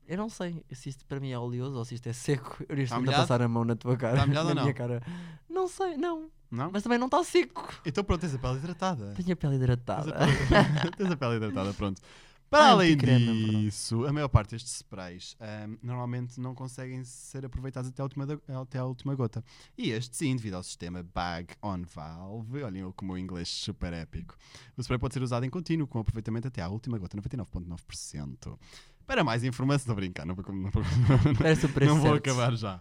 S2: Eu não sei se isto para mim é oleoso ou se isto é seco. Eu estou a
S1: Tá molhado?
S2: passar a mão na tua cara.
S1: Está molhado
S2: na
S1: ou não?
S2: minha cara. Não sei, não.
S1: Não?
S2: Mas também não está seco.
S1: Então pronto, tens a pele hidratada.
S2: Tenho a pele
S1: Tens a
S2: hidratada.
S1: pele, tens a pele hidratada, pronto. Para
S2: Ah,
S1: além
S2: anticreme, perdão.
S1: disso, a maior parte destes sprays ahm, normalmente não conseguem ser aproveitados até a última, da- até à última gota. E este sim, devido ao sistema Bag on Valve, olhem eu como o inglês super épico. O spray pode ser usado em contínuo, com aproveitamento até à última gota, 99,9%. Para mais informação, estou a brincar, não vou, não vou-
S2: Parece o preço
S1: não vou
S2: certo.
S1: acabar já.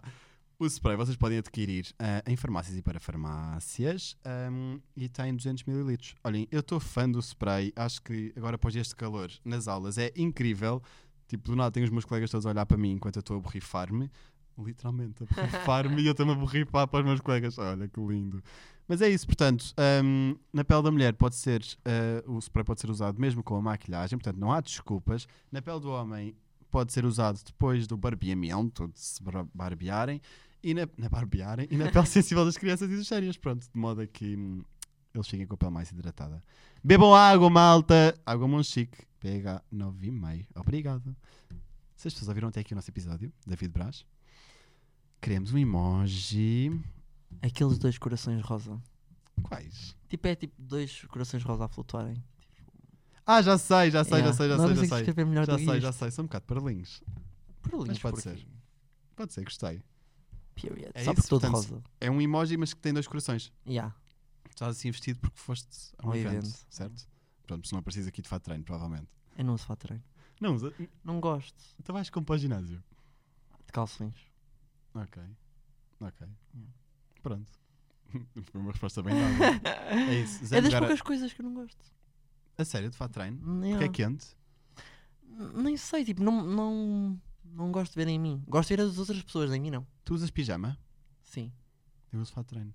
S1: O spray vocês podem adquirir ah, em farmácias e para farmácias ahm, e tem 200 ml. Olhem, eu estou fã do spray, acho que agora após este calor nas aulas é incrível. Tipo, do nada tenho os meus colegas todos a olhar para mim enquanto eu estou a borrifar-me. Literalmente, a borrifar-me e eu estou-me a borrifar para os meus colegas. Olha que lindo. Mas é isso, portanto, ahm, na pele da mulher pode ser, ah, o spray pode ser usado mesmo com a maquilhagem, portanto não há desculpas. Na pele do homem pode ser usado depois do barbeamento, de se bar- barbearem, e na, na barbearem, e na pele sensível das crianças e dos sérias, pronto, de modo a que hum, eles fiquem com a pele mais hidratada. Bebam água, malta! Água Monchique, pH 9,5. Obrigado. Se as pessoas ouviram até aqui o nosso episódio, David Braz, queremos um emoji.
S2: Aqueles dois corações rosa.
S1: Quais?
S2: Tipo, é tipo dois corações rosa a flutuarem.
S1: Ah, já sei, já sei, já
S2: Yeah.
S1: sei, já
S2: Não
S1: sei, já
S2: consigo
S1: sei.
S2: escrever melhor
S1: Já
S2: do que
S1: sei,
S2: isto.
S1: já sei. São um bocado paralinhos.
S2: Perlinhos,
S1: Mas pode
S2: porquê?
S1: ser. Pode ser, gostei.
S2: Period.
S1: É
S2: Só
S1: isso,
S2: porque todo
S1: portanto,
S2: rosa.
S1: É um emoji, mas que tem dois corações.
S2: Yeah.
S1: Estás assim vestido porque foste a um
S2: Ao
S1: evento,
S2: evento.
S1: certo? Pronto, se não apareces aqui de fato de treino, provavelmente.
S2: Eu não uso fato de treino.
S1: Não, usa-
S2: Não gosto
S1: então vais como para o ginásio.
S2: de calções.
S1: Ok. Ok.
S2: Yeah.
S1: Pronto. Foi uma resposta bem dada. é isso. Zé
S2: é das
S1: Nogueira-
S2: poucas coisas que eu não gosto.
S1: A sério, de fato de treino? Porque
S2: Yeah.
S1: é quente.
S2: N- Nem sei, tipo, não, não, não gosto de ver em mim. Gosto de ver as outras pessoas, em mim não.
S1: Tu usas pijama?
S2: Sim.
S1: Eu uso fato de treino.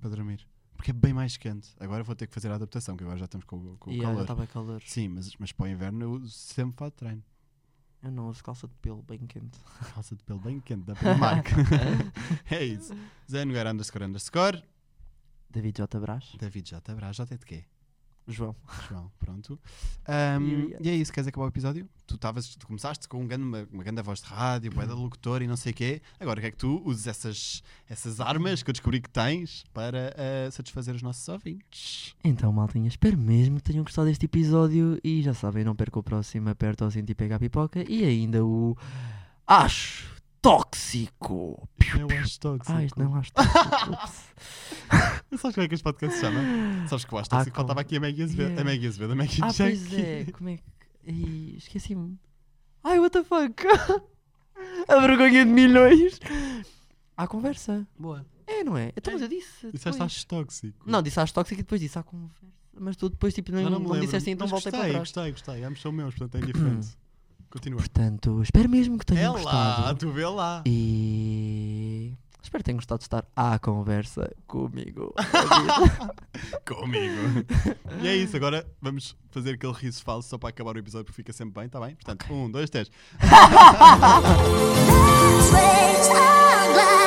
S1: Para dormir. Porque é bem mais quente. Agora vou ter que fazer a adaptação, que agora já estamos com, o- com o
S2: E já
S1: calor.
S2: estava tá calor.
S1: Sim, mas, mas para o inverno eu uso sempre fato de treino.
S2: Eu não uso calça de pelo bem quente.
S1: Calça de pelo bem quente da Primark. é isso. Zé Nogueira underscore underscore.
S2: David J. Brás.
S1: David J. Brás, J é de quê?
S2: João.
S1: João, pronto. Ahm,
S2: Period.
S1: e é isso, queres acabar o episódio? Tu, tavas, tu começaste com um grande- uma, uma grande voz de rádio, bué da locutor e não sei o quê. Agora quer que tu uses essas, essas armas que eu descobri que tens para ah, satisfazer os nossos ouvintes.
S2: Então, maltinha, espero mesmo que tenham gostado deste episódio. E já sabem, não percam o próximo Aperta ao Cinti Pega a Pipoca. E ainda o... Acho Tóxico.
S1: Eu acho tóxico.
S2: Ah, isto não é um acho tóxico. Ups.
S1: Sabes como é que este podcast se chama? Sabes que eu acho
S2: Ah,
S1: tóxico.
S2: como?
S1: Faltava aqui a Maggie Azevedo.
S2: Yeah.
S1: A Maggie Azevedo, a Maggie
S2: Ah,
S1: Jack.
S2: pois é, como é que. Ih, Esqueci-me. Ai, what the fuck? A vergonha de milhões. À conversa.
S1: Boa.
S2: É, não é? Então, mas eu disse.
S1: Disseste
S2: depois.
S1: acho tóxico.
S2: Não, disse às tóxicas e depois disse à conversa. Mas tu depois, tipo, não,
S1: Já
S2: não,
S1: me
S2: me
S1: lembro,
S2: disseste então
S1: mas
S2: voltei para
S1: gostei,
S2: trás. Hum.
S1: Gostei, gostei. Ambos são meus, portanto é indiferente. Continua.
S2: Portanto, espero mesmo que tenham
S1: É lá,
S2: gostado.
S1: tu vê lá.
S2: E. Espero que tenham gostado de estar à conversa comigo.
S1: Comigo. e é isso, agora vamos fazer aquele riso falso só para acabar o episódio porque fica sempre bem, está bem? Portanto, um, dois, três.
S4: Switch on, glide.